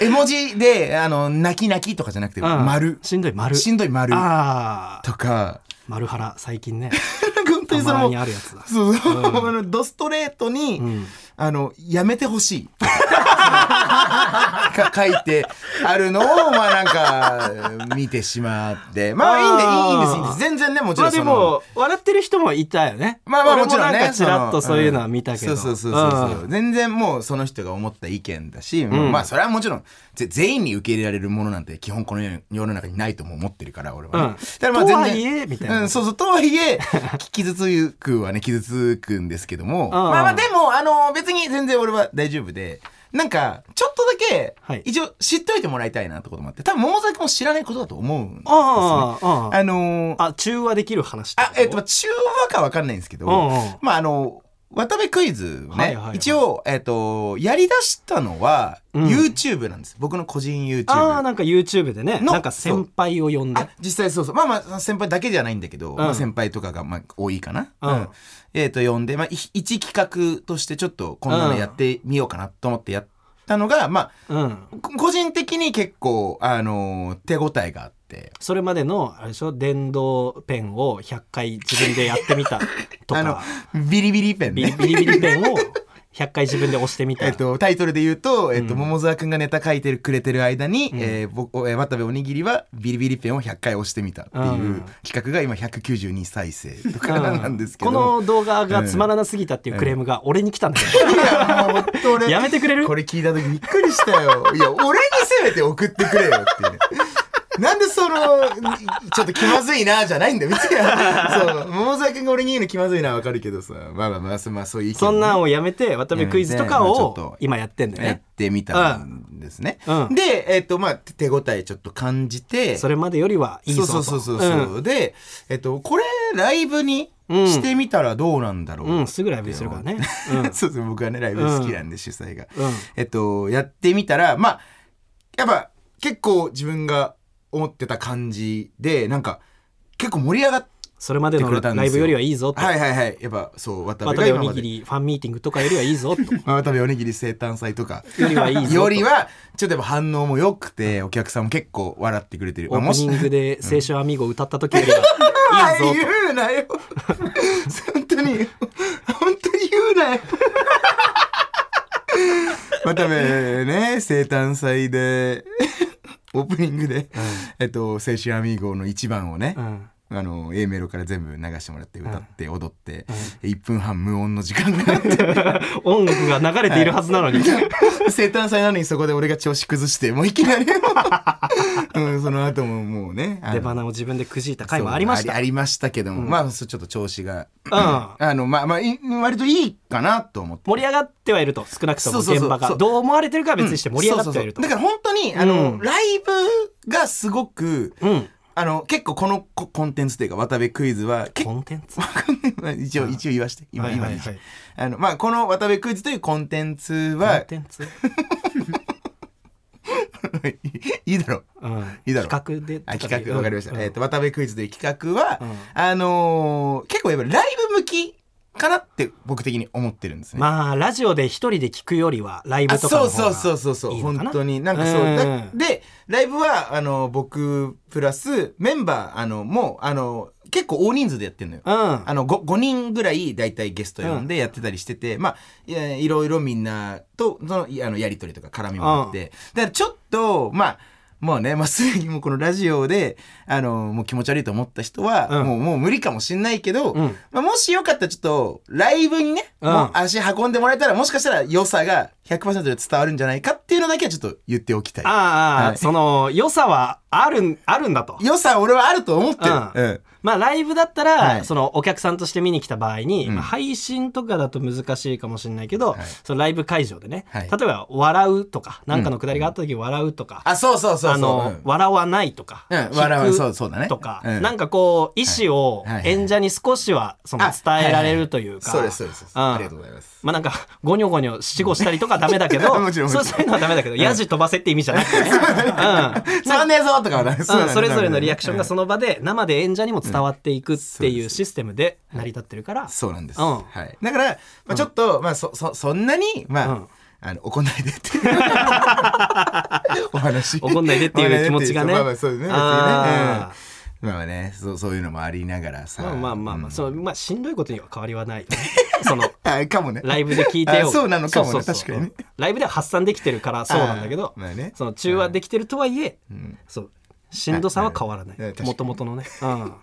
Speaker 3: 絵文字で、あの、泣き泣きとかじゃなくて、
Speaker 2: うん
Speaker 3: 丸。
Speaker 2: しんどい丸
Speaker 3: しんどい丸。
Speaker 2: ああ
Speaker 3: とか、
Speaker 2: 丸原最近ね
Speaker 3: なんか本当にそ
Speaker 2: たま
Speaker 3: の
Speaker 2: に、あるやつだ
Speaker 3: そうそう、あのドストレートに、
Speaker 2: ん
Speaker 3: あのやめてほしい か書いてあるのをまあなんか見てしまってまあいいんで
Speaker 2: あ
Speaker 3: いい
Speaker 2: ー
Speaker 3: いいんですいいんです全然ねねもち
Speaker 2: ま
Speaker 3: ろ
Speaker 2: あ
Speaker 3: んその
Speaker 2: でも笑ってる人もいたよね
Speaker 3: まあまあもちろんね
Speaker 2: 俺なんかちらっとそういうのは見たけど
Speaker 3: うんそうそうそうそう
Speaker 2: う、ん
Speaker 3: 全然もうその人が思った意見だし、もうまあそれはもちろんぜ全員に受け入れられるものなんて基本この世世の中にないとも思ってるから俺は、ね
Speaker 2: うん
Speaker 3: だから
Speaker 2: とはいえみたいな
Speaker 3: うん、そうそうとはいえき傷つくはね傷つくんですけども、まあまあでもあの別に全然俺は大丈夫でなんかちょっとだけ
Speaker 2: はい
Speaker 3: 一応知っといてもらいたいなってこともあって多分桃崎も知らないことだと思うんですよね
Speaker 2: ああああ
Speaker 3: あのー
Speaker 2: あ中和できる話
Speaker 3: あ、えっと、ま
Speaker 2: は
Speaker 3: あ中和かわかんないんですけど、
Speaker 2: うんうん
Speaker 3: まあ、あの、渡部クイズをね、
Speaker 2: はいはいはい
Speaker 3: 一応、えっと、やり出したのは、
Speaker 2: うん
Speaker 3: YouTube なんです。僕の個人 YouTube。
Speaker 2: あーなんか YouTube でね
Speaker 3: の
Speaker 2: なんか先輩を呼んで
Speaker 3: あ実際そうそうまあまあ先輩だけじゃないんだけど、まあ、先輩とかがまあ多いかな、
Speaker 2: うん
Speaker 3: えっ、と呼んで、まあ、い一企画としてちょっとこんなのやってみようかなと思ってやったのが、ま
Speaker 2: うん
Speaker 3: あこ個人的に結構、あの手応えがあって
Speaker 2: それまでのあれでしょ電動ペンを100回自分でやってみた と
Speaker 3: あの
Speaker 2: か
Speaker 3: ビリビリペン
Speaker 2: ビ
Speaker 3: ね
Speaker 2: リビリビリペンを100回自分で押してみた
Speaker 3: えっと、タイトルで言うと、えっと、桃沢くんがネタ書いてるくれてる間に、えー僕、えー渡部おにぎりはビリビリペンを100回押してみたっていう
Speaker 2: うん
Speaker 3: 企画が今192再生と
Speaker 2: う
Speaker 3: か
Speaker 2: ん
Speaker 3: なんですけど。
Speaker 2: この動画がつまらなすぎたっていうクレームが俺に来たんだよ、
Speaker 3: い や、もう本当俺
Speaker 2: やめてくれる
Speaker 3: これ聞いた時びっくりした よ。いや、俺にせめて送ってくれよっていうね。なんでその、ちょっと気まずいな、じゃないんだよ。別 に。そう、桃沢くんが俺に言うの気まずいな、わかるけどさ。まあまあまあ、そうまあ、そういう意見
Speaker 2: そん
Speaker 3: もね
Speaker 2: なんをやめて渡辺クイズとか
Speaker 3: いや全然まあちょっ
Speaker 2: を
Speaker 3: と
Speaker 2: 今やってんだよ
Speaker 3: やっ
Speaker 2: ね
Speaker 3: てみたんですね。
Speaker 2: うん
Speaker 3: で、えっ、と、まあ、手応えちょっと感じて、
Speaker 2: それまでよりはいいぞと
Speaker 3: そうそうそうそう。で、えっ、と、これ、ライブにしてみたらどうなんだろう。
Speaker 2: うん、 うん、すぐライブするからね、うん
Speaker 3: そうそう、僕はね、ライブ好きなんで、主催が。
Speaker 2: うん
Speaker 3: えっ、と、やってみたら、まあ、やっぱ、結構自分が思ってた感じで、なんか、結構盛り上がっ
Speaker 2: それまでの ライブよりはいいぞと
Speaker 3: はいはいはい。やっぱ、そう、渡
Speaker 2: 渡
Speaker 3: 部が
Speaker 2: 辺お
Speaker 3: 今ま
Speaker 2: に
Speaker 3: で
Speaker 2: ぎ。りファンミーティングとかよりはいいぞと
Speaker 3: まあ 渡部おにぎり生誕祭とか
Speaker 2: よりはいいぞと
Speaker 3: よりはちょっとやっぱ反応も良くてお客さんも結構笑ってくれてる、
Speaker 2: オ
Speaker 3: まあ、も
Speaker 2: ープ
Speaker 3: し
Speaker 2: ニングで「青春アミーゴ」歌った時より
Speaker 3: あ
Speaker 2: は
Speaker 3: あ
Speaker 2: いいぞと。
Speaker 3: 言うなよ本当に本当に言うなよ渡部ね生誕祭でオープニングで、えっと「青春アミーゴ」の一番をね、
Speaker 2: うん
Speaker 3: あの A メロから全部流してもらって歌って踊って、1分半無音の時間があって
Speaker 2: 音楽が流れているはずなのに、
Speaker 3: 生誕祭なのにそこで俺が調子崩してもういきな り、うん、その後ももうねあの
Speaker 2: 出花を自分でくじいた回もありまし
Speaker 3: そうあ
Speaker 2: た
Speaker 3: りありましたけども、まあそうちょっと調子が、
Speaker 2: ん
Speaker 3: あのまあまあい割といいかなと思って
Speaker 2: 盛り上がってはいると少なくと
Speaker 3: そ
Speaker 2: も
Speaker 3: うそう
Speaker 2: 現
Speaker 3: そう
Speaker 2: 場
Speaker 3: そ
Speaker 2: が
Speaker 3: う
Speaker 2: どう思われてるかは別にして盛り上がってはいると
Speaker 3: そうそうそうだから本当にあの、
Speaker 2: うん
Speaker 3: ライブがすごく
Speaker 2: うん
Speaker 3: あの結構このココンテンツというか渡部クイズは結
Speaker 2: コ
Speaker 3: 構
Speaker 2: ンテンツ
Speaker 3: 一応一応言わして今、
Speaker 2: はいはいはい
Speaker 3: 今あのまあこの渡部クイズというコンテンツは
Speaker 2: コンテンツ、
Speaker 3: いいだろう
Speaker 2: うん、
Speaker 3: いいだろ
Speaker 2: 企画で
Speaker 3: あ企画わかりました、
Speaker 2: うん
Speaker 3: えっと渡部クイズという企画は、
Speaker 2: うん
Speaker 3: あのー結構やっぱライブ向きかなって僕的に思ってるんですね。
Speaker 2: まあラジオで一人で聞くよりはライ
Speaker 3: あ
Speaker 2: ブとか
Speaker 3: そ
Speaker 2: の
Speaker 3: う
Speaker 2: 方が
Speaker 3: そうそうそうそう
Speaker 2: いいのかな
Speaker 3: 本当になんかそう、
Speaker 2: うん
Speaker 3: だでライブはあの僕プラスメンバーあのもうあの結構大人数でやってるのよ。
Speaker 2: うん
Speaker 3: あの 5, 人ぐらい大体ゲスト呼んでやってたりしてて、まあいやいろいろみんなとそのいあのやり取りとか絡みもあって、だからちょっとまあもうね、まあ、すでにもうこのラジオであのもう気持ち悪いと思った人は、
Speaker 2: うん
Speaker 3: もうもう無理かもしんないけど、
Speaker 2: うん
Speaker 3: まあ、もしよかったらちょっとライブにね、
Speaker 2: うん
Speaker 3: もう足運んでもらえたらもしかしたら良さが100%で伝わるんじゃないかっていうのだけはちょっと言っておきたい。
Speaker 2: ああ、
Speaker 3: はい
Speaker 2: その良さはあるんあるんだと
Speaker 3: 良さは俺はあると思ってる。
Speaker 2: うん
Speaker 3: うん
Speaker 2: まあライブだったら、
Speaker 3: はい
Speaker 2: そのお客さんとして見に来た場合に、
Speaker 3: うん
Speaker 2: まあ配信とかだと難しいかもしれないけど、
Speaker 3: はい
Speaker 2: そのライブ会場でね、
Speaker 3: はい
Speaker 2: 例えば「笑う」とか何かのくだりがあった時「笑う」とか「
Speaker 3: あそうそうそうそう。
Speaker 2: あの
Speaker 3: うん
Speaker 2: 笑わない」とか「
Speaker 3: うん
Speaker 2: 聞く
Speaker 3: 笑うそうそうだね
Speaker 2: とか、
Speaker 3: うん
Speaker 2: なんかこう意思
Speaker 3: は
Speaker 2: を
Speaker 3: いはいはい
Speaker 2: 演者に少しはその
Speaker 3: あ
Speaker 2: 伝えられるというか、
Speaker 3: そうですそうです、
Speaker 2: ん
Speaker 3: ありがとうございます
Speaker 2: まあなんかゴニョゴニョ七五したりとかはダメだけど
Speaker 3: もちろんもち ろ
Speaker 2: そうんそういうのはダメだけどやじ飛ばせって意味じゃな くてね、 うん、
Speaker 3: つまんねえぞとかはないそう
Speaker 2: う
Speaker 3: だ
Speaker 2: ん、
Speaker 3: ね
Speaker 2: それぞれのリアクションがその場で生で演者にも伝わっていくっていうシステムで成り立ってるから、
Speaker 3: そうなんです、
Speaker 2: うん
Speaker 3: はい、だから、まあ、ちょっと、まあそそそんなにまあ、
Speaker 2: うん
Speaker 3: あの怒んないでって いうお話
Speaker 2: 怒んないでっていう気持ちがね
Speaker 3: まあまあそうですね別にね
Speaker 2: あ
Speaker 3: うんまあまあねそうそういうのもありながらさ
Speaker 2: まあまあまあまあ、
Speaker 3: うん
Speaker 2: そうまあしんどいことには変わりは ないよねその
Speaker 3: あかもね
Speaker 2: ライブで聞いてよ
Speaker 3: あそうなのかもね
Speaker 2: そうそうそう
Speaker 3: 確かにね
Speaker 2: ライブでは発散できてるからそうなんだけど、
Speaker 3: あーまあね
Speaker 2: その中和できてるとはいえ、そうしんどさは変わらな
Speaker 3: はいはい
Speaker 2: い
Speaker 3: 確かに
Speaker 2: もともとのね、うん、
Speaker 3: ま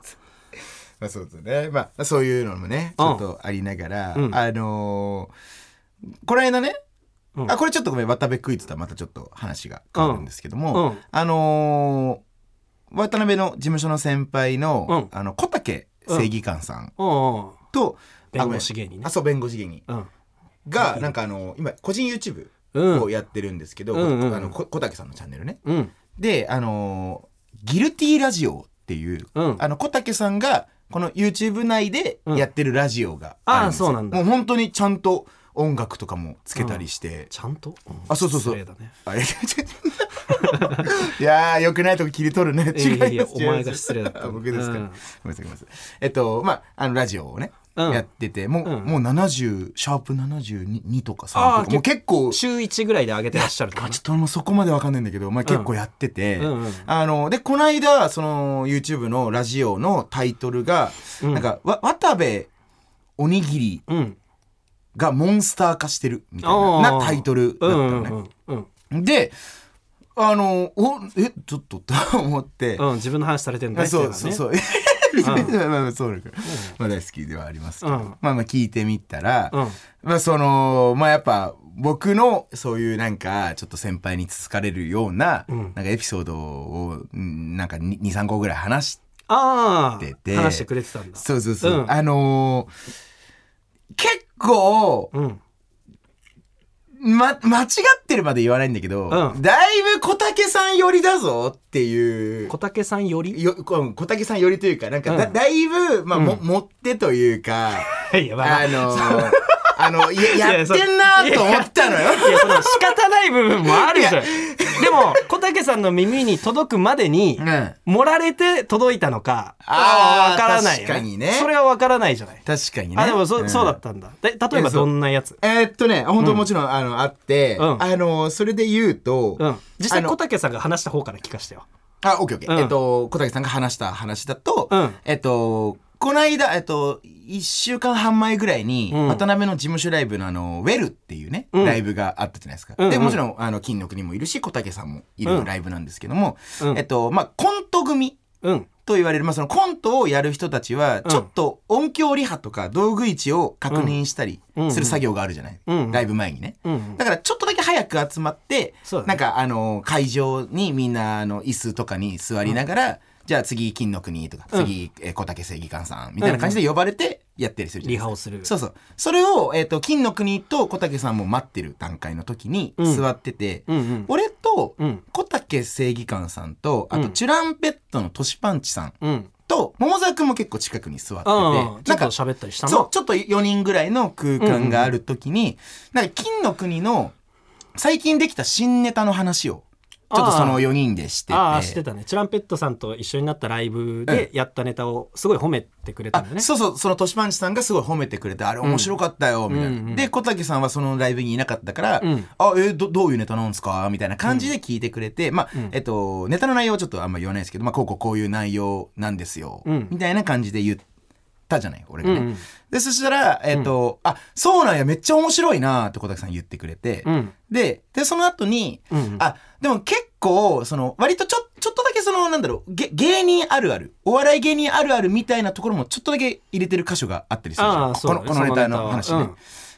Speaker 3: あそうですね。まあそういうのもね、ち
Speaker 2: うん
Speaker 3: ょっとありながら、
Speaker 2: うん
Speaker 3: あのーこの間ね、
Speaker 2: うん
Speaker 3: あこれちょっとごめん渡辺クイズとはまたちょっと話が変わるんですけども、
Speaker 2: うん
Speaker 3: あのー渡辺の事務所の先輩の、あの小竹正義官さん
Speaker 2: うん
Speaker 3: と、あ
Speaker 2: 弁護士芸人ね
Speaker 3: あそう弁護士芸人
Speaker 2: うん
Speaker 3: がなんかあの今個人 YouTube
Speaker 2: うん
Speaker 3: をやってるんですけど、
Speaker 2: うんうん
Speaker 3: あのこ小竹さんのチャンネルね。
Speaker 2: うん
Speaker 3: であのーギルティラジオっていう、
Speaker 2: うん
Speaker 3: あの小竹さんがこの YouTube 内でやってるラジオがあるんですよ、
Speaker 2: ああそうなんだ
Speaker 3: もう本当にちゃんと音楽とかもつけたりして、
Speaker 2: ちゃんとうん
Speaker 3: あそうそうそう
Speaker 2: 失礼だね
Speaker 3: あいやちょ いやーよくないとこ切り取るね
Speaker 2: い
Speaker 3: 違います
Speaker 2: や
Speaker 3: 違
Speaker 2: いや
Speaker 3: います
Speaker 2: お前が失礼だった
Speaker 3: あ僕ですか、
Speaker 2: うん
Speaker 3: ごめんなさいごめんなさいえっとまああのラジオをね、
Speaker 2: うん
Speaker 3: やっててもう,、
Speaker 2: うん
Speaker 3: もう70シャープ72とか
Speaker 2: あ
Speaker 3: 3
Speaker 2: あ
Speaker 3: とかもう結構
Speaker 2: 週一ぐらいで上げてらっしゃるとか
Speaker 3: あちょっと俺もそこまでわかんないんだけど、まあ、結構やってて、
Speaker 2: うんうん
Speaker 3: あのでこの間その YouTube のラジオのタイトルが、
Speaker 2: うん
Speaker 3: なんかわ渡部おにぎり
Speaker 2: うん
Speaker 3: がモンスター化してるみたい
Speaker 2: あ
Speaker 3: な
Speaker 2: ー
Speaker 3: なタイトルだった
Speaker 2: う
Speaker 3: の
Speaker 2: ん
Speaker 3: ね。
Speaker 2: うんうん
Speaker 3: であのおえちょっとと 思って、
Speaker 2: うん自分の話されてるんだ
Speaker 3: あ
Speaker 2: ね
Speaker 3: そうそうそう。まあ まあそうだけどまあ大好きではありますけど、
Speaker 2: うん
Speaker 3: まあまあ聞いてみたら、
Speaker 2: うん
Speaker 3: まあそのまあやっぱ僕のそういうなんかちょっと先輩につつかれるような,、
Speaker 2: うん
Speaker 3: なんかエピソードをうんなんか23個ぐらい話して
Speaker 2: あ
Speaker 3: 出
Speaker 2: あ
Speaker 3: て
Speaker 2: 話してくれてたんだ
Speaker 3: そうそうそう、
Speaker 2: うん
Speaker 3: あのー結構、
Speaker 2: うん
Speaker 3: ま、間違ってるまで言わないんだけど、
Speaker 2: うん
Speaker 3: だいぶ小竹さん寄りだぞっていう
Speaker 2: 小竹さんより
Speaker 3: よこ小竹さん寄りというかなんかだ,、
Speaker 2: うん
Speaker 3: だいぶ、まあも
Speaker 2: うん
Speaker 3: 持ってというか、
Speaker 2: いやまあ
Speaker 3: あのーあのややってんなーと思ったのよ。
Speaker 2: いやその仕方ない部分もあるじゃんでも小竹さんの耳に届くまでに
Speaker 3: うん
Speaker 2: 盛られて届いたのか
Speaker 3: あー
Speaker 2: は分からないよ、ね、
Speaker 3: 確かにね
Speaker 2: それは分からないじゃない
Speaker 3: 確かにね。
Speaker 2: あでもそ,、うんそうだったんだで例えばどんなやつ
Speaker 3: えーっとね、本当もちろん、あの、あって、
Speaker 2: うん
Speaker 3: あの、それで言うと、
Speaker 2: うん実際
Speaker 3: あの
Speaker 2: 小竹さんが話した方から聞かしてよ
Speaker 3: あ、オッケーオッケー。
Speaker 2: うん
Speaker 3: えっと、小竹さんが話した話だと、
Speaker 2: うん
Speaker 3: えっと、この間、えっと、1週間半前ぐらいに、
Speaker 2: うん
Speaker 3: 渡辺の事務所ライブのあの、ウェルっていうね、
Speaker 2: うん
Speaker 3: ライブがあったじゃないですか。
Speaker 2: うん
Speaker 3: で、
Speaker 2: うん
Speaker 3: もちろん、あの、金の国もいるし、小竹さんもいうる
Speaker 2: ん
Speaker 3: ライブなんですけども、
Speaker 2: うん
Speaker 3: えっと、まあ、コント組
Speaker 2: うん
Speaker 3: と言われる、まあ、そのコントをやる人たちは、
Speaker 2: うん
Speaker 3: ちょっと音響リハとか道具位置を確認したり
Speaker 2: うん
Speaker 3: する作業があるじゃない、
Speaker 2: うん
Speaker 3: ライブ前にね。
Speaker 2: うんうん
Speaker 3: だからちょっとだけ早く集まって、
Speaker 2: そうだね
Speaker 3: なんかあの会場にみんなあの椅子とかに座りながら、じゃあ次金の国とか、
Speaker 2: うん
Speaker 3: 次えー小竹正義官さんみたいな感じで呼ばれてやったりするじゃない
Speaker 2: リ
Speaker 3: です
Speaker 2: ハ
Speaker 3: か
Speaker 2: をする
Speaker 3: そうそうそれを、えー、と金の国と小竹さんも待ってる段階の時に
Speaker 2: うん
Speaker 3: 座ってて、
Speaker 2: うんうん
Speaker 3: 俺と
Speaker 2: うん
Speaker 3: 小竹正義官さんとあ
Speaker 2: う
Speaker 3: と
Speaker 2: ん
Speaker 3: チュランペットのトシパンチさん
Speaker 2: うん
Speaker 3: と桃沢くんも結構近くに座ってて、
Speaker 2: ああちょ
Speaker 3: な
Speaker 2: っ
Speaker 3: ん
Speaker 2: と
Speaker 3: か
Speaker 2: 喋ったりしたの
Speaker 3: そう、ちょっと4人ぐらいの空間があるときに、なんか金の国の最近できた新ネタの話を、ちょっとその4人でしてて。
Speaker 2: ああしてたねチュランペットさんと一緒になったライブでやったネタをすごい褒めてくれた
Speaker 3: あ
Speaker 2: んだね
Speaker 3: そうそう、そのトシパンチさんがすごい褒めてくれて、あれ面白かったよ、みたいな。
Speaker 2: うんうん
Speaker 3: で、小竹さんはそのライブにいなかったから、
Speaker 2: うん
Speaker 3: あ、えど、どういうネタなんですかみたいな感じで聞いてくれて、まあ、
Speaker 2: ん
Speaker 3: えっと、ネタの内容はちょっとあんま言わないですけど、まあ、こうこうこういう内容なんですよ、
Speaker 2: うん
Speaker 3: みたいな感じで言ったじゃない、俺がね。
Speaker 2: うんうん
Speaker 3: で、そしたら、えっと、あ、そうなんや、めっちゃ面白いなって小竹さん言ってくれて、
Speaker 2: うん
Speaker 3: で、で、その後に、
Speaker 2: うんうん
Speaker 3: あ、でも結構、その、割とちょ、ちょっとだけその、なんだろう、げ芸人あるある、お笑い芸人あるあるみたいなところもちょっとだけ入れてる箇所があったりするじゃん
Speaker 2: ああそう
Speaker 3: こ
Speaker 2: だ
Speaker 3: の、
Speaker 2: ね
Speaker 3: このネタの話
Speaker 2: そ
Speaker 3: ね。
Speaker 2: のネタは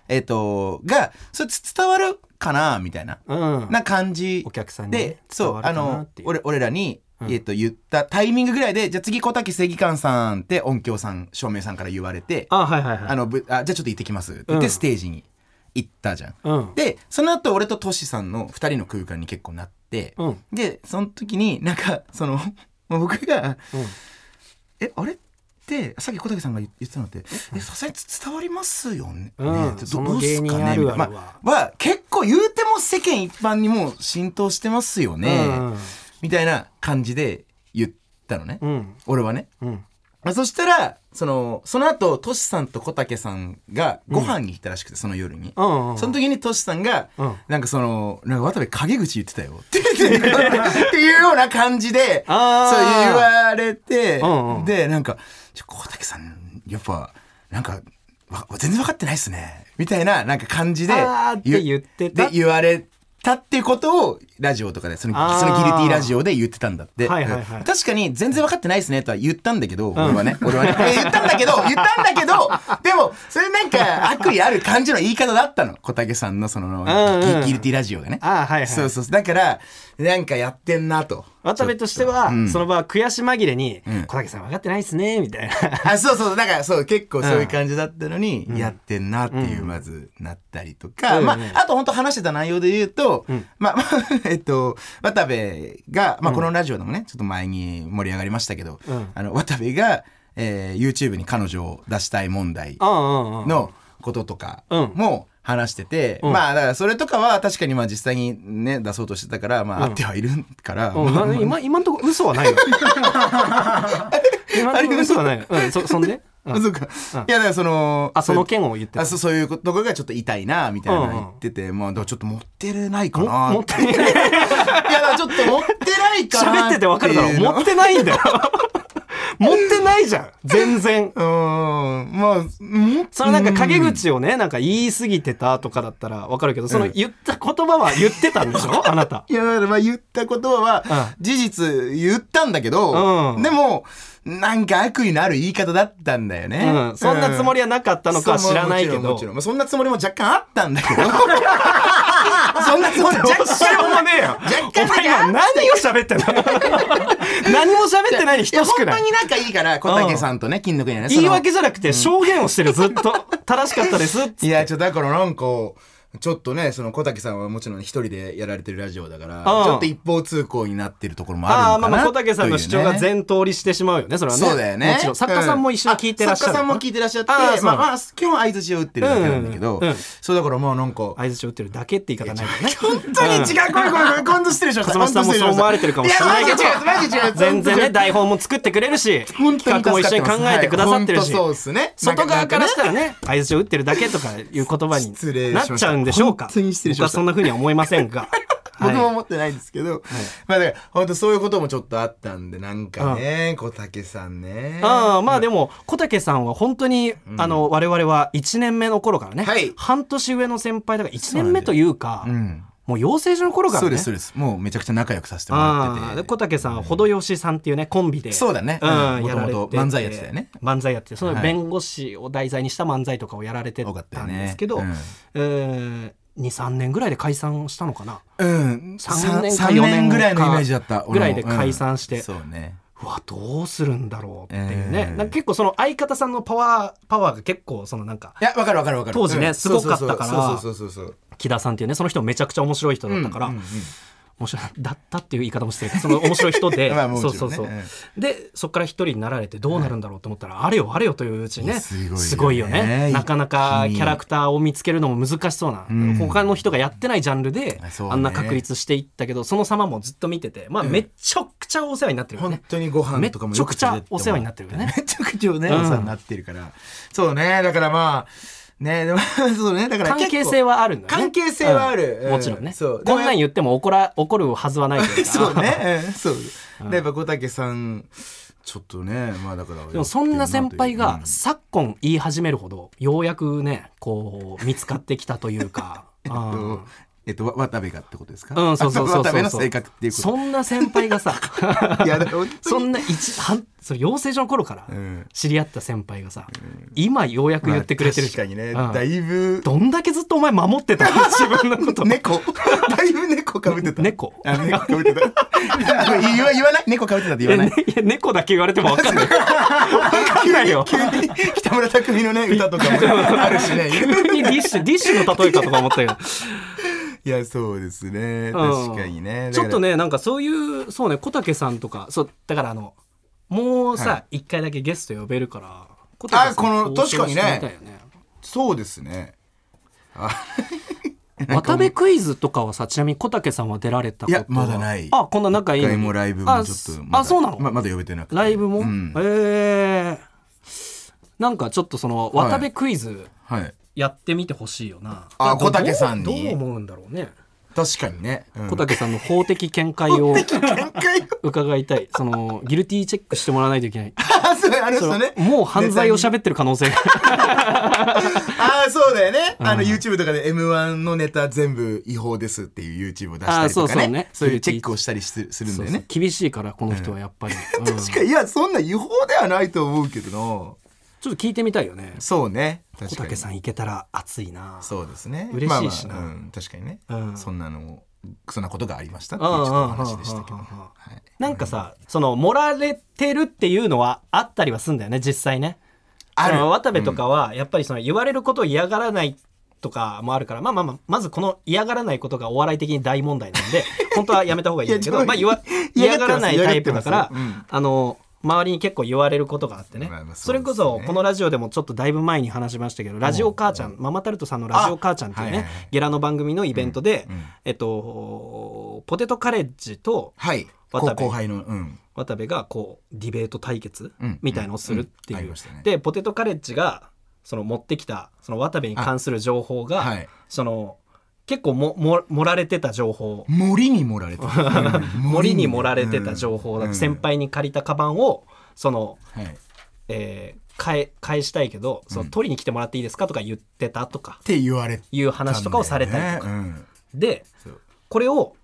Speaker 3: えっ、と、が、それつ伝わるかなみたいな、
Speaker 2: うん
Speaker 3: な感じ。
Speaker 2: お客さんにね
Speaker 3: で、そう、あ
Speaker 2: 伝わるかなっ
Speaker 3: の
Speaker 2: てい、う
Speaker 3: 俺、俺らに、
Speaker 2: うん
Speaker 3: えっと、言ったタイミングぐらいで、じゃあ次、小竹正義官さんって音響さん、照明さんから言われて、
Speaker 2: あはいはいはい
Speaker 3: あのぶあじゃあちょっと行ってきますって言っ
Speaker 2: う
Speaker 3: て
Speaker 2: ん
Speaker 3: ステージに行ったじゃん。
Speaker 2: うん
Speaker 3: でその後俺とトシさんの2人の空間に結構なって、
Speaker 2: うん
Speaker 3: でその時になんかその もう僕が
Speaker 2: うん
Speaker 3: 「えあれ?」ってさっき小竹さんが言ってたのって「えさすがに伝わりますよね」
Speaker 2: うん
Speaker 3: ねど
Speaker 2: その
Speaker 3: どうす
Speaker 2: 芸
Speaker 3: か
Speaker 2: 人あ
Speaker 3: ね
Speaker 2: る
Speaker 3: み
Speaker 2: ある
Speaker 3: たいな
Speaker 2: は
Speaker 3: まあは結構言うても世間一般にもう浸透してますよね、みたいな感じで言ったのね、
Speaker 2: うん
Speaker 3: 俺はね。
Speaker 2: うん
Speaker 3: まあ、そしたら、その、その後、トシさんと小竹さんがご飯に行ったらしくて、その夜に。
Speaker 2: うんうん
Speaker 3: その時にトシさんが、
Speaker 2: うん
Speaker 3: なんかその、なんか渡部陰口言ってたよって言って、っていうような感じで、そう言
Speaker 2: あー
Speaker 3: われて
Speaker 2: うんうん、
Speaker 3: で、なんか、ちょ小竹さん、やっぱ、なんか、わ全然分かってないっすね。みたいな、なんか感じで
Speaker 2: あーっ、て言ってた
Speaker 3: で、言われたってことをラジオとかでその
Speaker 2: あー
Speaker 3: そのギルティラジオで言ってたんだって、
Speaker 2: はいはいはい
Speaker 3: 確かに全然分かってないですねとは言ったんだけど、俺はね俺はね言ったんだけど言ったんだけどでもそれなんか悪意ある感じの言い方だったの小竹さんのその、
Speaker 2: うんうん
Speaker 3: ギギルティラジオでね
Speaker 2: ああはいはい
Speaker 3: そうそうそうだからなんかやってんなと
Speaker 2: 渡部としては、
Speaker 3: ん
Speaker 2: その場は悔し紛れに、
Speaker 3: ん
Speaker 2: 小竹さん分かってないっすねみたいな
Speaker 3: あそうそうだからそう結構そういう感じだったのに、やってんなっていうまずなったりとか、
Speaker 2: うん
Speaker 3: ま
Speaker 2: うんうん
Speaker 3: ああと本当話してた内容で言うと、
Speaker 2: ん
Speaker 3: まあ、 まあえっと渡部が、まあ、このラジオでもねちょっと前に盛り上がりましたけど、
Speaker 2: うん
Speaker 3: あの渡部が、えー YouTube に彼女を出したい問題
Speaker 2: うんうんうん
Speaker 3: のこととか
Speaker 2: うん
Speaker 3: も話してて、
Speaker 2: うん
Speaker 3: まあだからそれとかは確かにまあ実際にね出そうとしてたからまああってはいるから、
Speaker 2: うん
Speaker 3: まあ
Speaker 2: な今今んとこ嘘 はないよ今んとこ嘘はないよ、うん、そそんで、うん
Speaker 3: そうか、いやだからその
Speaker 2: あその件を言ってた
Speaker 3: あそうそういうとこがちょっと痛いなみたいなの言ってて、まあだからちょっと持ってるないかな
Speaker 2: 持
Speaker 3: っ
Speaker 2: っててない
Speaker 3: いやだからちょっと持ってないかな
Speaker 2: 喋っててわかるだろ
Speaker 3: うの
Speaker 2: 持ってないんだよ 持ってないじゃん全
Speaker 3: う
Speaker 2: 然
Speaker 3: ーんまあ持っ
Speaker 2: そのなんか陰口をねなんか言い過ぎてたとかだったらわかるけどその言った言葉は言ってたんでしょ あなた
Speaker 3: いやだからまあ言った言葉は
Speaker 2: う
Speaker 3: 事実言ったんだけど、
Speaker 2: うん
Speaker 3: でもなんか悪意のある言い方だったんだよね、
Speaker 2: うん、そんなつもりはなかったのかは知らないけ
Speaker 3: そうも
Speaker 2: ど
Speaker 3: ちろんもちろんまあそんなつもりも若干あったんだ けどそんなつもり若
Speaker 2: どうしようもねえよ
Speaker 3: 若干だ
Speaker 2: お前
Speaker 3: けあ
Speaker 2: 今
Speaker 3: っ
Speaker 2: 何を 喋ってんの何も喋ってないに等しく
Speaker 3: や
Speaker 2: ない
Speaker 3: 本当に仲いいから小竹さんとね金の国はねその
Speaker 2: 言い訳じゃなくて証言をしてるずっと正しかったですって
Speaker 3: いやちょだからなんかちょっとねその小竹さんはもちろん一人でやられてるラジオだから
Speaker 2: うん
Speaker 3: ちょっと一方通行になってるところもあ
Speaker 2: ああ
Speaker 3: る
Speaker 2: ま
Speaker 3: のかな
Speaker 2: あまあ小竹さんの主張が
Speaker 3: というね
Speaker 2: 全通りしてしまうよねそれはね
Speaker 3: そうだよね
Speaker 2: もちろん作家さんも一緒に聞いてらっしゃる
Speaker 3: うんあ作家さんも聞いてらっしゃって
Speaker 2: あそう
Speaker 3: まあまあ基本相槌を打ってるだけなんだけど、
Speaker 2: うんうんうん
Speaker 3: そうだからまあなんか
Speaker 2: 合図を打ってるだけって言い方ないよね
Speaker 3: 本当に違う、ごめんごめんごめん今度失礼しました
Speaker 2: 勝間さんもそう思われてるかもしれないけど
Speaker 3: いやマジで違うマジで違う
Speaker 2: 全然ね台本も作ってくれるし
Speaker 3: 本
Speaker 2: 企
Speaker 3: 当に助
Speaker 2: 画
Speaker 3: か
Speaker 2: も
Speaker 3: ってます
Speaker 2: 一緒に考えてくださってるし
Speaker 3: はい本当そうっすね
Speaker 2: 外側からした
Speaker 3: ら
Speaker 2: らね合図を打ってるだけとかいう言葉
Speaker 3: 失礼
Speaker 2: に
Speaker 3: しま
Speaker 2: な
Speaker 3: した
Speaker 2: っちゃうんでしょうか
Speaker 3: 本当に失礼し
Speaker 2: 僕
Speaker 3: ま
Speaker 2: は
Speaker 3: した
Speaker 2: そんな風には思いませ んが
Speaker 3: 僕も
Speaker 2: はい
Speaker 3: 思ってないんですけど、まあだから本当そういうこともちょっとあったんでなんかね、小竹さんね
Speaker 2: ああまあでも小竹さんは本当に、あの我々は1年目の頃からね、
Speaker 3: はい
Speaker 2: 半年上の先輩だから1年目というか
Speaker 3: ん
Speaker 2: もう養成所の頃からね
Speaker 3: そうですそうですもうめちゃくちゃ仲良くさせてもら
Speaker 2: ああ
Speaker 3: って
Speaker 2: で
Speaker 3: て
Speaker 2: 小竹さんは程吉さんっていうねコンビで
Speaker 3: そうだね
Speaker 2: うん
Speaker 3: うん
Speaker 2: やられてて
Speaker 3: 元々漫才やってたよね
Speaker 2: 漫才やっててその
Speaker 3: はい
Speaker 2: 弁護士を題材にした漫才とかをやられて
Speaker 3: 多かった
Speaker 2: た
Speaker 3: よ
Speaker 2: ん
Speaker 3: ね
Speaker 2: ですけど、
Speaker 3: うん
Speaker 2: えー23年ぐらいで解散したのかな
Speaker 3: うん
Speaker 2: 3年か
Speaker 3: さん
Speaker 2: 4年か
Speaker 3: 三ぐらいのイメージだった
Speaker 2: ぐらい
Speaker 3: 俺も
Speaker 2: で解散して
Speaker 3: うんそうね
Speaker 2: うわどうするんだろうっていうね、
Speaker 3: えー
Speaker 2: なんか結構その相方さんのパワーパワーが結構そのなんか
Speaker 3: いやわかるわかるわかる
Speaker 2: 当時ね
Speaker 3: うん
Speaker 2: すごかったから
Speaker 3: そうそうそうそうそう
Speaker 2: 木田さんっていうねその人もめちゃくちゃ面白い人だったから、
Speaker 3: うんうんうん
Speaker 2: 面白いだったっていう言い方もしてるその面白い人で、
Speaker 3: まあもち
Speaker 2: そ
Speaker 3: ろんね
Speaker 2: うそうそう、
Speaker 3: え
Speaker 2: でそこから一人になられてどうなるんだろうと思ったら、あれよあれよといううちにね
Speaker 3: すごいよね
Speaker 2: よねなかなか
Speaker 3: 一気に
Speaker 2: キャラクターを見つけるのも難しそうな、
Speaker 3: ん
Speaker 2: 他の人がやってないジャンルで
Speaker 3: あそうね
Speaker 2: あんな確立していったけどその様もずっと見てて、まあ、めちゃくちゃお世話になってるよ
Speaker 3: 本
Speaker 2: ね、
Speaker 3: 当にご
Speaker 2: め
Speaker 3: 飯
Speaker 2: っ
Speaker 3: とかも
Speaker 2: ちゃくちゃお世話になってるよね
Speaker 3: めちゃくちゃね、
Speaker 2: う
Speaker 3: お
Speaker 2: ん
Speaker 3: 世話になってるから。そうね、だからまあ、ね、でもそうね、だから
Speaker 2: 関
Speaker 3: 結構
Speaker 2: 係性はあるんだよね
Speaker 3: 関係性はある。
Speaker 2: うん
Speaker 3: うん
Speaker 2: もちろんね
Speaker 3: そう
Speaker 2: こんなん言っても怒ら怒るはずはない というか
Speaker 3: そうね、うんそう。で、やっぱ小竹さん、ちょっとね、まあだから。
Speaker 2: でもそんな先輩が
Speaker 3: うん
Speaker 2: 昨今言い始めるほどようやくねこう見つかってきたとい うか。うん
Speaker 3: えっと、わ渡部がってことですか
Speaker 2: うん、そうそ うそうそ
Speaker 3: あ渡
Speaker 2: う。
Speaker 3: 部の性格っていうこ
Speaker 2: そんな先輩 がさ、
Speaker 3: と。いや、だから本当に
Speaker 2: そんな一、はそれ養成所の頃から
Speaker 3: うん
Speaker 2: 知り合った先輩がさ、今ようやく言ってくれてる
Speaker 3: まあ確かにね、
Speaker 2: うん
Speaker 3: だいぶ、
Speaker 2: どんだけずっとお前守ってたの 自分のこと。
Speaker 3: 猫 だいぶ猫かぶってた。
Speaker 2: 猫
Speaker 3: あ、猫かぶってた。あの言わ言わない猫かぶってたって
Speaker 2: い
Speaker 3: 言
Speaker 2: や
Speaker 3: わない
Speaker 2: ね。いや猫だけ言われても分かんない。分かんない よ。
Speaker 3: 北村匠海の ね歌とかもあるしね
Speaker 2: 急にディッシュ、ディッシュの例えかとか思ったけど。
Speaker 3: いやそうですね
Speaker 2: うん
Speaker 3: 確かにね
Speaker 2: ちょっと
Speaker 3: ね
Speaker 2: ねなんかそういうそうね小竹さんとかそうだからあのもう
Speaker 3: は
Speaker 2: さ一、回だけゲスト呼べるから小竹さん
Speaker 3: あこの
Speaker 2: 交
Speaker 3: 確
Speaker 2: 渉
Speaker 3: かにね
Speaker 2: してみたいよ ね
Speaker 3: そうですね
Speaker 2: 渡部クイズとかはさちなみに小竹さんは出られたことはい
Speaker 3: やまだない
Speaker 2: あこんな仲いい
Speaker 3: 一
Speaker 2: のに
Speaker 3: 回もライブもちょっと
Speaker 2: あ
Speaker 3: まだ
Speaker 2: あそうなの、
Speaker 3: ままだ呼べてなくて
Speaker 2: ライブも、
Speaker 3: うん
Speaker 2: えーなんかちょっとその
Speaker 3: はい
Speaker 2: 渡部クイズ
Speaker 3: はい
Speaker 2: やってみてほしいよな、
Speaker 3: あ
Speaker 2: なんか
Speaker 3: 小竹さんに
Speaker 2: どうどう思うんだろうね
Speaker 3: 確かにね、うん
Speaker 2: 小竹さんの法的見解を
Speaker 3: 限界
Speaker 2: 伺いたいそのギルティーチェックしてもらわないといけない
Speaker 3: あそうあれですよね
Speaker 2: そのもう犯罪を喋ってる可能性が
Speaker 3: ああそうだよね、あの YouTube とかで m 1のネタ全部違法ですっていう YouTube を出したりと
Speaker 2: あー
Speaker 3: か
Speaker 2: そう
Speaker 3: ね
Speaker 2: そ
Speaker 3: そうう
Speaker 2: ね
Speaker 3: いうチェックをしたりするするんだ
Speaker 2: そう
Speaker 3: よ
Speaker 2: そう
Speaker 3: ね
Speaker 2: 厳しいからこの人はやっぱり、うん
Speaker 3: 確かにいやそんな違法ではないと思うけどな
Speaker 2: ちょっと聞いてみたいよね
Speaker 3: そうね
Speaker 2: 小
Speaker 3: 確かに
Speaker 2: 竹さんいけたら熱いな
Speaker 3: そうですね
Speaker 2: 嬉しいしな
Speaker 3: まあまあうん、確かにね、
Speaker 2: うん
Speaker 3: そんなのそんなことがありましたっていうち
Speaker 2: あ
Speaker 3: ょ
Speaker 2: あ
Speaker 3: っとお話でしたけど、
Speaker 2: あああああ
Speaker 3: はい
Speaker 2: なんかさその盛られてるっていうのはあったりはすんだよね実際ね
Speaker 3: ある
Speaker 2: その渡部とかはやっぱりその言われることを嫌がらないとかもあるから、まあまあまあまずこの嫌がらないことがお笑い的に大問 題なんで本当はやめた方がいいんだけ
Speaker 3: い
Speaker 2: ど
Speaker 3: や
Speaker 2: まあ言わ
Speaker 3: 嫌
Speaker 2: 嫌
Speaker 3: が
Speaker 2: が
Speaker 3: って
Speaker 2: ら
Speaker 3: ます
Speaker 2: ないタイプだから、
Speaker 3: 嫌がってま
Speaker 2: あの周りに結構言われることがあってね,、
Speaker 3: まあまあ
Speaker 2: そ
Speaker 3: そうですね
Speaker 2: れこそこのラジオでもちょっとだいぶ前に話しましたけど「ラジオ母ちゃん」ママタルトさんの「ラジオ母ちゃん」っていうね、
Speaker 3: あはいはいはい
Speaker 2: ゲラの番組のイベントで、
Speaker 3: うんうん
Speaker 2: えっとポテトカレッジと
Speaker 3: はい
Speaker 2: 渡部
Speaker 3: 高後輩のうん
Speaker 2: 渡部がこうディベート対決
Speaker 3: うん
Speaker 2: みたいのをするっ
Speaker 3: う
Speaker 2: て
Speaker 3: んあ
Speaker 2: い
Speaker 3: り
Speaker 2: う
Speaker 3: ましたね。
Speaker 2: でポテトカレッジがその持ってきたその渡部に関する情報
Speaker 3: あは
Speaker 2: が
Speaker 3: い
Speaker 2: その結構もも盛られてた情報
Speaker 3: 森に盛られてた
Speaker 2: 森に盛られてた情報だ
Speaker 3: うん
Speaker 2: 先輩に借りたカバンをその
Speaker 3: うんはいっ
Speaker 2: えー返返したいけどその取りに来てもらっていいですかとか言ってたとか
Speaker 3: て言われたんだよね
Speaker 2: いう話とかをされたりとか
Speaker 3: うん
Speaker 2: で
Speaker 3: そう
Speaker 2: これを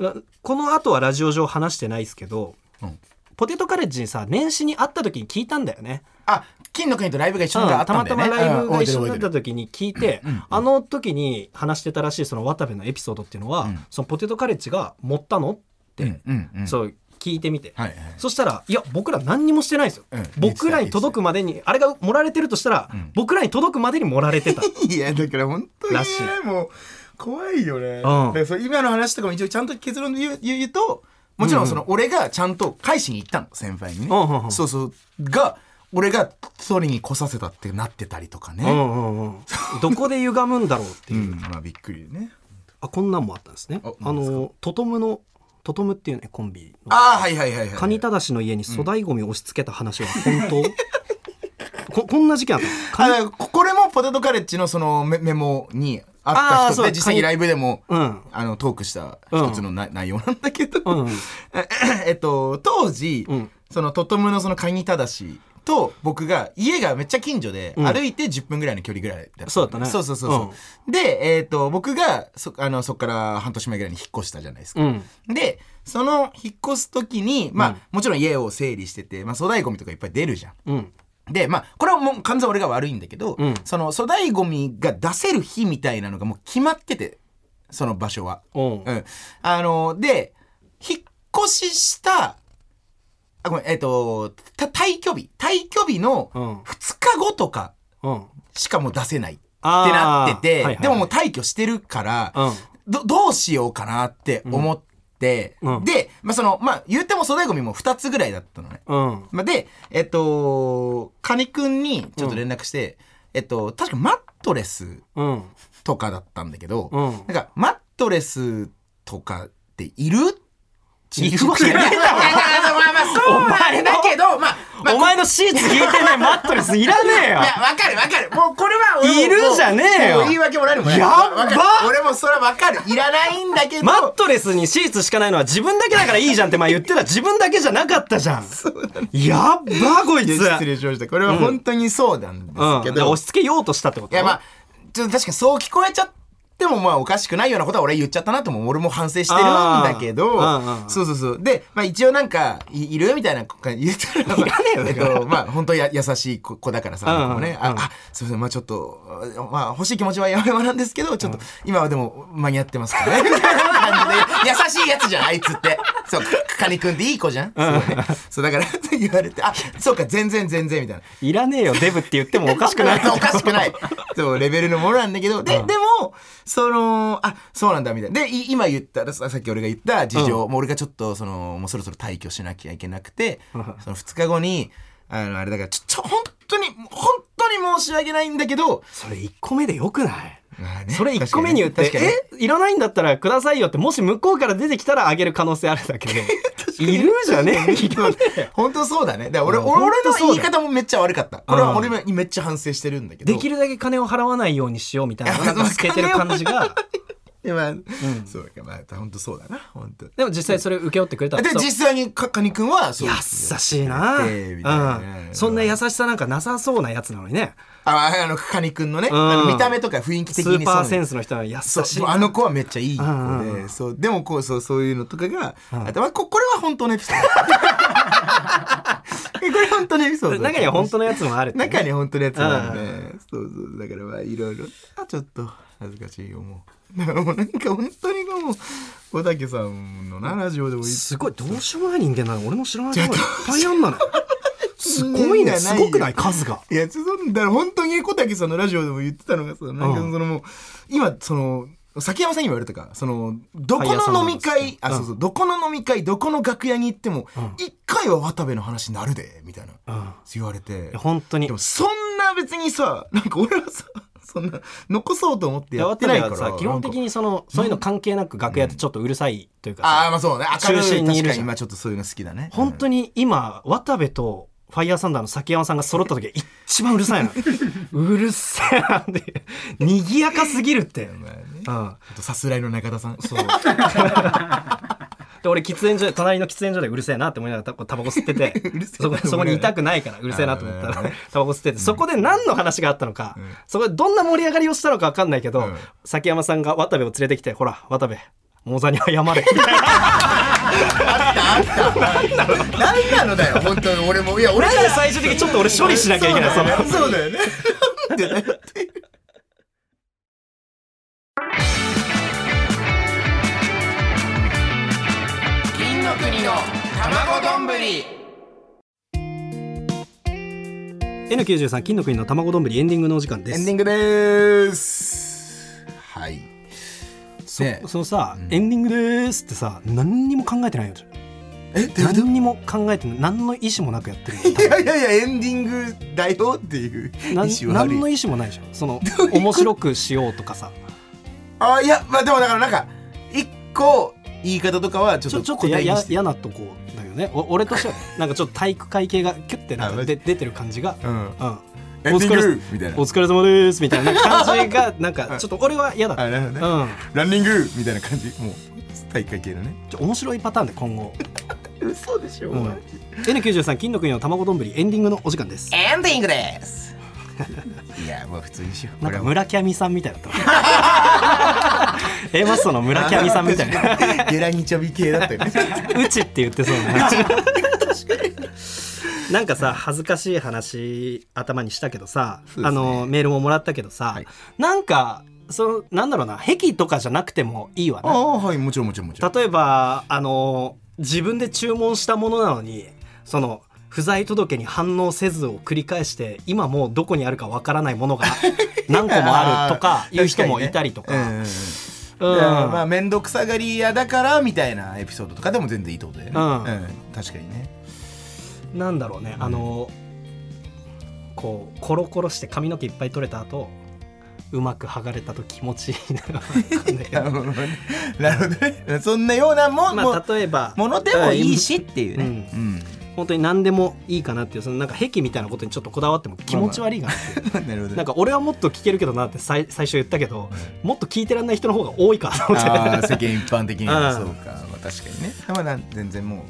Speaker 2: らこの後はラジオ上話してないですけど
Speaker 3: うん
Speaker 2: ポテトカレッジにさ年始に会った時に聞いたんだよね。
Speaker 3: あ金の国とライブが一緒
Speaker 2: う
Speaker 3: に
Speaker 2: ん
Speaker 3: なったた
Speaker 2: ま
Speaker 3: んだ
Speaker 2: た
Speaker 3: よね
Speaker 2: まライブが一緒
Speaker 3: うん
Speaker 2: に
Speaker 3: 覚え
Speaker 2: なっ
Speaker 3: て
Speaker 2: た
Speaker 3: る
Speaker 2: 時に聞いて、あの時に話してたらしいその渡部のエピソードっていうのは、
Speaker 3: うん
Speaker 2: そのポテトカレッジが持ったのっ
Speaker 3: 覚えて
Speaker 2: て、
Speaker 3: るうんうんうん
Speaker 2: そう聞いてみて、
Speaker 3: はいはい
Speaker 2: そしたらいや僕ら何にもしてないですよ、
Speaker 3: うん
Speaker 2: 僕らに届くまでにあれが盛られてるとしたら、
Speaker 3: ん
Speaker 2: 僕らに届くまでに盛られ てた
Speaker 3: いやだから本当にね
Speaker 2: らし
Speaker 3: もう怖いよね、
Speaker 2: うん
Speaker 3: でそう今の話とかも一応ちゃんと結論で言う言う言うともちろんその俺がちゃんと返しに行ったの先輩にね、
Speaker 2: うんうんうん
Speaker 3: そうそうが俺が取りに来させたってなってたりとか
Speaker 2: う
Speaker 3: ね、
Speaker 2: んうんうんどこで歪むんだろうって
Speaker 3: う
Speaker 2: い
Speaker 3: ん
Speaker 2: う、
Speaker 3: まあびっくりね
Speaker 2: あこんなんもあったんですね
Speaker 3: あ
Speaker 2: あ
Speaker 3: 何ですか
Speaker 2: のトトムのトトムっていうねコンビの
Speaker 3: ああはいはいはいはい
Speaker 2: カニタダシの家に粗大ゴミを押し付けた話は本当、 ここんな事件あった
Speaker 3: あ
Speaker 2: の
Speaker 3: だからここれもポテトカレッジのそのメメモにあ
Speaker 2: あ
Speaker 3: っ
Speaker 2: ー
Speaker 3: た人
Speaker 2: そう
Speaker 3: で実際にライブでも、
Speaker 2: カニうん
Speaker 3: あのトークした一つのな、内容なんだけど、
Speaker 2: うんうん
Speaker 3: えっと当時、
Speaker 2: うん
Speaker 3: そのトトムのそのカニタダシと僕が家がめっちゃ近所で、
Speaker 2: うん
Speaker 3: 歩いて10分ぐらいの距離ぐらいだったの
Speaker 2: そうだったね
Speaker 3: そうそうそうそう、でえっ、と僕がそあのそこから半年前ぐらいに引っ越したじゃないですか、
Speaker 2: うん
Speaker 3: でその引っ越す時にまあ、
Speaker 2: うん
Speaker 3: もちろん家を整理してて、まあ、粗大ゴミとかいっぱい出るじゃん
Speaker 2: うん
Speaker 3: でまあこれはもう完全俺が悪いんだけど、
Speaker 2: うん
Speaker 3: その粗大ゴミが出せる日みたいなのがもう決まっててその場所は
Speaker 2: おう
Speaker 3: うん、あので引っ越ししたあごめんえっ、とた退去日退去日の
Speaker 2: うん
Speaker 3: 2日後とか
Speaker 2: うん
Speaker 3: しかもう出せないって
Speaker 2: あー
Speaker 3: なってて、
Speaker 2: はいはいはい
Speaker 3: でももう退去してるから、
Speaker 2: うん
Speaker 3: どどうしようかなって思って、
Speaker 2: うんうん
Speaker 3: で、まあ、そのまあ言っても粗大ゴミも2つぐらいだったのね。
Speaker 2: うん
Speaker 3: まあ、でえっ、とカニくんにちょっと連絡して、えっ、と確かマットレス
Speaker 2: うん
Speaker 3: とかだったんだけど、
Speaker 2: うん
Speaker 3: なんかマットレスとかっている
Speaker 2: いるわけないだろ
Speaker 3: まあまあまあそうなんだけどまあまあ
Speaker 2: お前のシーツ引いてないマットレスいらねえよ
Speaker 3: いやわかるわかるもうこれは俺も
Speaker 2: いるじゃねえよ
Speaker 3: もう言い訳も何もない
Speaker 2: やっば
Speaker 3: わかる俺もそれはわかるいらないんだけど
Speaker 2: マットレスにシーツしかないのは自分だけだからいいじゃんって前言ってた自分だけじゃなかったじゃんやっばこいつ
Speaker 3: 失礼しましたこれは本当にそうなんですけ
Speaker 2: うん、だから
Speaker 3: ど、
Speaker 2: 押し付けようとしたってこと
Speaker 3: いやまあちょっと確かにそう聞こえちゃってもまあおかしくないようなことは俺言っちゃったなとも俺も反省してるんだけ
Speaker 2: あーうんう
Speaker 3: ど
Speaker 2: ん
Speaker 3: そうそうそうで、まあ、一応なんかいいるみたいなこと言ったら
Speaker 2: いらねえよ
Speaker 3: えっとまあ本当や優しい子子だからさ、
Speaker 2: うんうん
Speaker 3: 僕もね
Speaker 2: う
Speaker 3: あ
Speaker 2: ん
Speaker 3: あすいませんまあちょっとまあ欲しい気持ちはやめまなんですけどちょっと今はでも間に合ってますからねみ たいな感じで優しいやつじゃんあいつってそうカニ君っていい子じゃん、そうねそうだから 言われてあそうか全然全然みたいない
Speaker 2: らねえよデブって言ってもおかしくない
Speaker 3: おかしくない。そう、レベルのものなんだけど、で、でも、その、あ、そうなんだ、みたいな。で、い今言ったら、ささっき俺が言った事情、もう俺がちょっと、その、もうそろそろ退去しなきゃいけなくて、その2日後に、あの、あれだから、ちょ、ちょ、本当に、本当に申し訳ないんだけど、
Speaker 2: それ1個目でよくない
Speaker 3: まあね
Speaker 2: それ1個目に言って、
Speaker 3: 確かにね
Speaker 2: えいらないんだったらくださいよってもし向こうから出てきたらあげる可能性あるだけどいるじゃねえいらねえよ
Speaker 3: 本当そうだね。だから俺、
Speaker 2: うん
Speaker 3: 俺
Speaker 2: 本当
Speaker 3: の
Speaker 2: そうだ
Speaker 3: 言
Speaker 2: よ
Speaker 3: い方もめっちゃ悪かった。これ
Speaker 2: う
Speaker 3: は
Speaker 2: ん
Speaker 3: 俺もめっちゃ反省してるんだけど。
Speaker 2: できるだけ金を払わないようにしようみたいななんか透けてる感じが
Speaker 3: でまあ、そうかまあ本当そうだな本当。
Speaker 2: でも実際それ受け負ってくれたん
Speaker 3: で
Speaker 2: そう
Speaker 3: 実際にかカニ君はそう
Speaker 2: 優しいな、
Speaker 3: ええみたいなね
Speaker 2: うん、そんな優しさなんかなさそうなやつなのにね
Speaker 3: ああのカニ君のね、あの見た目とか雰囲気
Speaker 2: ス
Speaker 3: 的に
Speaker 2: ーパーセン
Speaker 3: ス
Speaker 2: スの人は優
Speaker 3: そう
Speaker 2: しい
Speaker 3: あの子はめっちゃいい子で、
Speaker 2: うんうん
Speaker 3: そうでもこうそうそういうのとかが、あとまあここれは本当のエピソ ードこれ本当のエピソード
Speaker 2: 中には本当のやつもあるってね、
Speaker 3: 中には本当のやつなんで、そうそうだからまあいろいろあちょっと恥ずかしい思う だからもうなんか本当にもう小竹さんのなラジオでもいい
Speaker 2: すごいどうしようもない人間なの俺の知らない人がいっぱいあ んなのすごいねすごくない数が
Speaker 3: いや、そんだから本当に小竹さんのラジオでも言ってたのがさ、なんかそのもう、今、その、崎山さんにも言われたか、その、どこの飲み
Speaker 2: はい
Speaker 3: 会、あ、
Speaker 2: うん
Speaker 3: そうそう、どこの飲み会、どこの楽屋に行っても、一回は渡部の話になるで、みたいな、
Speaker 2: うん
Speaker 3: 言われて
Speaker 2: いや。本当に
Speaker 3: でも、そんな別にさ、なんか俺はさ、そんな、残そうと思ってやってないから。
Speaker 2: さ基本的
Speaker 3: なんか。
Speaker 2: にそのそういうの関係なく楽屋ってちょっとうるさいというか
Speaker 3: ああ、
Speaker 2: さ、
Speaker 3: まあそうね、明るい。
Speaker 2: 中心に
Speaker 3: 確
Speaker 2: いるじゃ
Speaker 3: か
Speaker 2: ん
Speaker 3: に今ちょっとそういうの好きだね。
Speaker 2: 本当に今渡部とファイヤーサンダーの崎山さんが揃った時が一番うるさい のうるせえなって賑やかすぎるって、
Speaker 3: うんまあね
Speaker 2: うん、
Speaker 3: あと、さすらいの中田さん。 そう。
Speaker 2: で俺喫煙所で隣の喫煙所でうるせえなって思いながらタタバコ吸ってて
Speaker 3: るせえ
Speaker 2: そ
Speaker 3: な
Speaker 2: こそこにいたくないからうるせえなと思った
Speaker 3: あーなる
Speaker 2: ら
Speaker 3: ほどね
Speaker 2: タバコ吸っててそこで何の話があったのか、
Speaker 3: ん
Speaker 2: そこでどんな盛り上がりをしたのか分かんないけど、
Speaker 3: うん
Speaker 2: 崎山さんが渡部を連れてきて「ほら渡部モザに謝れ」みたいな
Speaker 3: 何なのだよ、本当に俺も。いや、俺
Speaker 2: 俺ら最終的にちょっと俺処理しなきゃいけないその
Speaker 3: そうだよね。金の国の卵丼ぶり。
Speaker 2: N93 金の国の卵丼エンディングのお時間で
Speaker 3: エ
Speaker 2: す
Speaker 3: ンディングです。はい。
Speaker 2: そ
Speaker 3: ね
Speaker 2: そのさ、
Speaker 3: うん
Speaker 2: エンディングでーすってさ何にも考えてないよ
Speaker 3: え、どういうこと
Speaker 2: 何にも考えてない何の意思もなく やってるよ
Speaker 3: いやいやいや、エンディングだよっていう意
Speaker 2: な
Speaker 3: 思はある
Speaker 2: 何
Speaker 3: よ
Speaker 2: の意思もないでしょその面白くしようとかさ
Speaker 3: あ、いや、まあでもだからなんか、一個言い方とかはち
Speaker 2: ち
Speaker 3: ょ
Speaker 2: ょ
Speaker 3: っ
Speaker 2: ちょ
Speaker 3: と
Speaker 2: っと
Speaker 3: 答
Speaker 2: や
Speaker 3: えに
Speaker 2: や
Speaker 3: して。
Speaker 2: 嫌なとこだよねお俺としてはなんかちょっと体育会系がキュッてなん
Speaker 3: あ
Speaker 2: か
Speaker 3: マ
Speaker 2: で
Speaker 3: ジ
Speaker 2: 出てる感じが、
Speaker 3: うん。
Speaker 2: うん、
Speaker 3: エンディングみたいな
Speaker 2: お。疲れ様ですみたいな感じがな んかちょっと俺は嫌だった、
Speaker 3: あなるほどね
Speaker 2: うん
Speaker 3: ランニングみたいな感じもう大会系のね
Speaker 2: ちょ面白いパターンで今後、
Speaker 3: 嘘でしょ、
Speaker 2: うん N93 金の国の卵丼エンディングのお時間です
Speaker 3: エンディングです いやもう普通にしよう
Speaker 2: なんか
Speaker 3: これは
Speaker 2: 村キャミさんみたいだったわ A マストの村キャミさんみたい な
Speaker 3: ゲラニチョビ系だったよね
Speaker 2: うちって言ってそうななんかさ恥ずかしい話頭にしたけどさ、
Speaker 3: そうで
Speaker 2: あ
Speaker 3: すね
Speaker 2: のメールももらったけどさ、
Speaker 3: はい
Speaker 2: なんかそのなんだろうな癖とかじゃなくてもいいわ
Speaker 3: あ
Speaker 2: な
Speaker 3: あはいもちろんもちろんもちろん
Speaker 2: 例えばあの自分で注文したものなのにその不在届に反応せずを繰り返して今もうどこにあるかわからない ものが何個もあるとかいう人もいたりとか。
Speaker 3: 確にねうん
Speaker 2: うん
Speaker 3: いやまあ面倒くさがり屋だからみたいなエピソードとかでも全然いいってことだよね、
Speaker 2: うん
Speaker 3: 確かにね
Speaker 2: なんだろうね、あのこうコロコロして髪の毛いっぱい取れた後うまく剥がれたと気持ちいいなわかんない けど
Speaker 3: なるほどねそんなようなも,、
Speaker 2: まあ例えば
Speaker 3: ものでもいいしっていうね、
Speaker 2: う
Speaker 3: うん
Speaker 2: 本当に何でもいいかなっていうそのなんか癖みたいなことにちょっとこだわっても気持ち悪いかなっていう、
Speaker 3: なるほど
Speaker 2: なんか俺はもっと聞けるけどなって最最初言ったけどもっと聞いてらんない人の方が多いかなと思って
Speaker 3: ああ 世間一般的には
Speaker 2: う
Speaker 3: そ
Speaker 2: ん
Speaker 3: うか、まあ、確かにね、まあ、なん全然も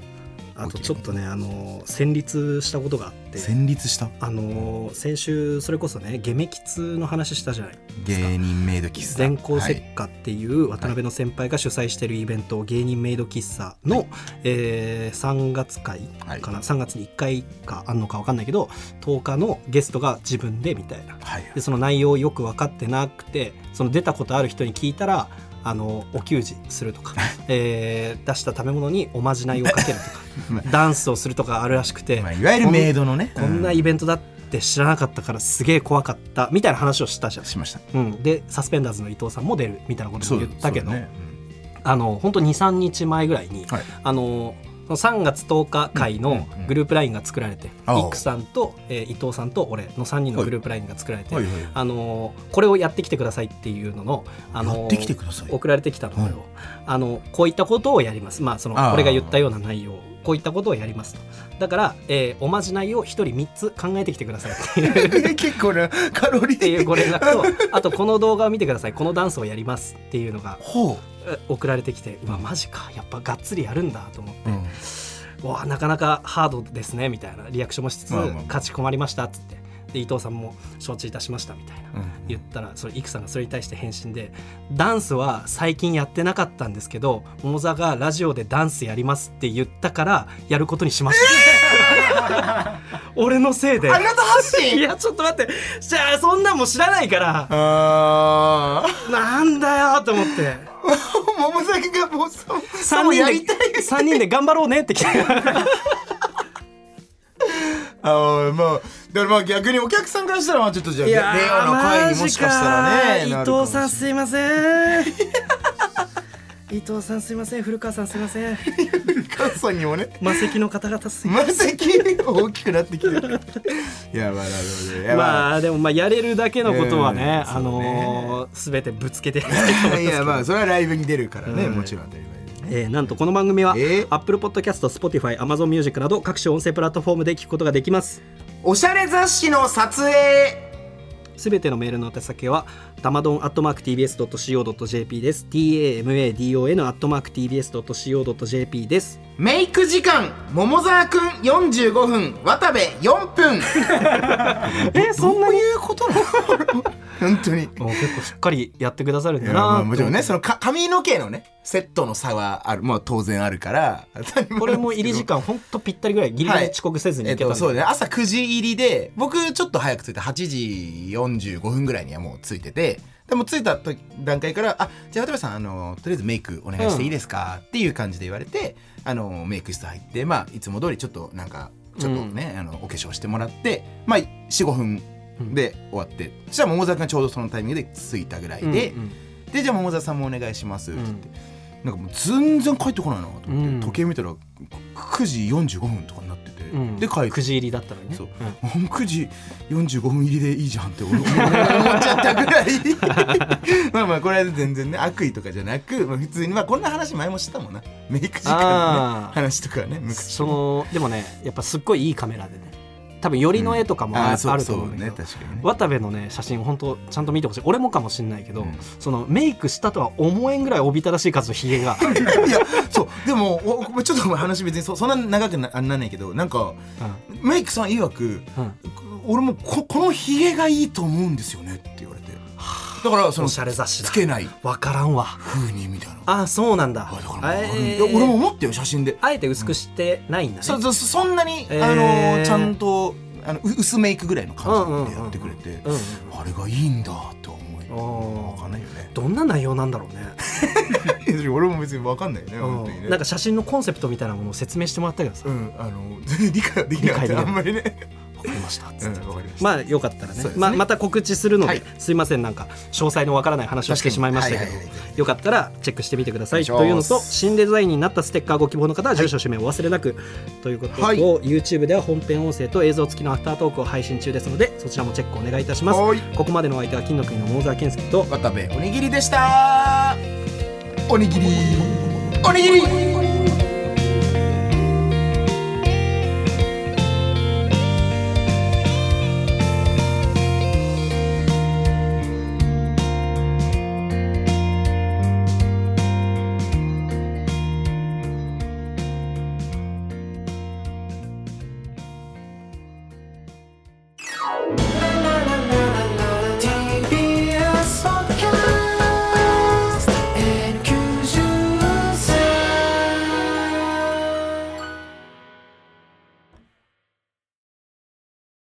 Speaker 2: あとちょっとねあの戦慄したことがあっ
Speaker 3: う
Speaker 2: て
Speaker 3: 戦慄した
Speaker 2: あの先週それこそねゲメキツの話したじゃない
Speaker 3: 芸人メイド喫茶
Speaker 2: 全校
Speaker 3: はい
Speaker 2: 石火っていう渡辺の先輩が主催しているイベント、芸人メイド喫茶の、えー3月会
Speaker 3: はい
Speaker 2: かな、3月に1回かあんのか分かんないけど10日のゲストが自分でみたいな
Speaker 3: はい
Speaker 2: でその内容よく分かってなくてその出たことある人に聞いたらあのお給仕する とか、えー出した食べ物におまじないをかける とかダンスをするとかあるらしくて、
Speaker 3: まあ、いわゆるメイドのね
Speaker 2: こんな
Speaker 3: う
Speaker 2: イベントだって知らなかったからすげえ怖かったみたいな話をしたじゃん。
Speaker 3: しました
Speaker 2: うん、でサスペンダーズの伊藤さんも出るみたいなことも言ったけど、
Speaker 3: そうだね
Speaker 2: あの本当23日前ぐらいに、
Speaker 3: はい
Speaker 2: あの3月10日会の
Speaker 3: うんうん
Speaker 2: グループラインが作られて、
Speaker 3: ああ
Speaker 2: イクさんと、えー伊藤さんと俺の3人のグループラインが作られて、
Speaker 3: はいはいはい
Speaker 2: あのこれをやってきてくださいっていうののあの
Speaker 3: やってき てください
Speaker 2: 送られてきたのを、
Speaker 3: はい
Speaker 2: あのこういったことをやりますまあその
Speaker 3: ああ
Speaker 2: 俺が言ったような内容こういったことをやりますとだから、えーおまじないを1人3つ考えてきてくださいっていう っ
Speaker 3: 結構なカロリ
Speaker 2: てい
Speaker 3: ー
Speaker 2: うご連絡とあとこの動画を見てくださいこのダンスをやりますっていうのが
Speaker 3: ほ
Speaker 2: え送られてきてうわマジかやっぱがっつりやるんだと思って
Speaker 3: う、うん
Speaker 2: うわなかなかハードですねみたいなリアクションもしつつ、
Speaker 3: まあまあまあ
Speaker 2: 勝ち困りましたっつってで伊藤さんも承知いたしましたみたいな、言ったらそれイクさんがそれに対して返信で「ダンスは最近やってなかったんですけど桃沢がラジオでダンスやりますって言ったからやることにし ました」俺のせいで
Speaker 3: ありがとう発信
Speaker 2: いやちょっと待ってじゃあそんなんも知らないから
Speaker 3: ああ
Speaker 2: なんだよと思って
Speaker 3: 桃崎がもうそう
Speaker 2: 3
Speaker 3: そう
Speaker 2: 人
Speaker 3: や
Speaker 2: で
Speaker 3: りたい
Speaker 2: 3人で頑張ろうねって来て
Speaker 3: あーまあだからまあ逆にお客さんからしたらまあちょっとじゃあ
Speaker 2: いや
Speaker 3: 令和の会にもしかしたらねな
Speaker 2: マジ
Speaker 3: る
Speaker 2: か
Speaker 3: かも
Speaker 2: 伊藤
Speaker 3: しれ
Speaker 2: さ
Speaker 3: なんい
Speaker 2: すいません伊藤さんすいません古川さんすい ません
Speaker 3: 関西にもね
Speaker 2: 魔石の方々すいま
Speaker 3: まさき大きくなってきてる いやまあなるほどい
Speaker 2: せ
Speaker 3: や
Speaker 2: ん
Speaker 3: まあ
Speaker 2: まあでもまあやれるだけのことはね、
Speaker 3: うん
Speaker 2: あのー全てぶつけてやりたいと思い
Speaker 3: い
Speaker 2: ます
Speaker 3: やまあそれはライブに出るからね
Speaker 2: うん
Speaker 3: もちろん当たり前で
Speaker 2: えーなんとこの番組は、
Speaker 3: えー
Speaker 2: Apple Podcast、Spotify、Amazon Music など各種音声プラットフォームで聞くことができます
Speaker 3: おしゃれ雑誌の撮影
Speaker 2: すべてのメールの宛先はたまどん atmarktbs.co.jp です tamadon atmarktbs.co.jp です
Speaker 3: メイク時間桃沢くん45分渡部4分
Speaker 2: えそんなに
Speaker 3: いうことなの 本当に
Speaker 2: もう結構しっかりやってくださるん
Speaker 3: い
Speaker 2: だ
Speaker 3: や
Speaker 2: な
Speaker 3: ま
Speaker 2: と
Speaker 3: あもちろんねそのか髪の毛のねセットの差はあるまあ当然ある から
Speaker 2: これも入り時間ほんとぴったりぐらいギリギリ遅刻せずに
Speaker 3: え
Speaker 2: 行
Speaker 3: っ
Speaker 2: けた
Speaker 3: とそう
Speaker 2: んで、
Speaker 3: ね朝9時入りで僕ちょっと早く着いて8時45分ぐらいにはもう着いててでも着いた時段階から「あじゃあ渡部さんあのとりあえずメイクお願いしていいですかっていう感じで言われてあのメイク室入ってまあいつも通りちょっとなんかちょっとね、あのお化粧してもらってまあ45分で終わって、そしたら桃沢君がちょうどそのタイミングで着いたぐらいで。
Speaker 2: うん
Speaker 3: でじゃあ桃沢さんもお願いしますって言って、
Speaker 2: う
Speaker 3: なんかもう全然帰ってこないなと思って、
Speaker 2: うん
Speaker 3: 時計見たら9時45分とかになってて、
Speaker 2: うんうん
Speaker 3: で帰って
Speaker 2: 9時入りだったのにね
Speaker 3: そう
Speaker 2: うん
Speaker 3: もう9時45分入りでいいじゃんって俺俺思っちゃったぐらい まあまあこれは全然ね悪意とかじゃなく、まあ、普通にまあこんな話前もしたもんなメイク時間のね
Speaker 2: ああ
Speaker 3: 話とかね昔
Speaker 2: そのでもねやっぱすっごいいいカメラでね多分寄りの絵とかもあ,、
Speaker 3: あーそう
Speaker 2: あると思うんだけ
Speaker 3: そうね
Speaker 2: ど、
Speaker 3: 確かにね
Speaker 2: 渡部のね写真本当ちゃんと見てほしい俺もかもしれないけど、
Speaker 3: うん
Speaker 2: そのメイクしたとは思えんぐらいおびただしい数の ひげが
Speaker 3: いやそうでもおおちょっと話別にそそんな長くなあんなんないけどなんかメイクさん曰く
Speaker 2: うんうん
Speaker 3: 俺もここのヒゲがいいと思うんですよねって言われてだからその
Speaker 2: おしゃれ雑誌だ
Speaker 3: つけない
Speaker 2: わからんわ
Speaker 3: 風にみたいなあ
Speaker 2: ああそうなんだ
Speaker 3: だから、
Speaker 2: え
Speaker 3: い
Speaker 2: ー
Speaker 3: や俺も思ってよ写真で
Speaker 2: あえて薄くしてないんだね、
Speaker 3: そそそんなに、
Speaker 2: えー
Speaker 3: あのーちゃんとあのう薄メイクぐらいの感じでやってくれて、
Speaker 2: うんうん
Speaker 3: あれがいいんだって思い
Speaker 2: おー
Speaker 3: 分かんないよね
Speaker 2: どんな内容なんだろうね
Speaker 3: 俺も別に分かんないよね本当にね
Speaker 2: なんか写真のコンセプトみたいなものを説明してもらったけどさ
Speaker 3: う、んあの全然理解はできなかっ
Speaker 2: 理解でき
Speaker 3: た
Speaker 2: な
Speaker 3: あ
Speaker 2: い
Speaker 3: んまり ね
Speaker 2: わかりましたっつって、
Speaker 3: うんわかりました
Speaker 2: まあよかったらね
Speaker 3: そうですね
Speaker 2: まあ、また告知するので、
Speaker 3: はい
Speaker 2: すいませんなんか詳細のわからない話をしてしまいましたけど、
Speaker 3: 確かにはいはいはい
Speaker 2: よかったらチェックしてみてください
Speaker 3: お願いします
Speaker 2: というのと新デザインになったステッカーご希望の方は住所氏名をお忘れなく、ということと、
Speaker 3: はい
Speaker 2: YouTube では本編音声と映像付きのアフタートークを配信中ですのでそちらもチェックお願いいたします
Speaker 3: はい
Speaker 2: ここまでのお相手は金の国の桃沢健介と
Speaker 3: 渡部おにぎりでしたおにぎりおにぎり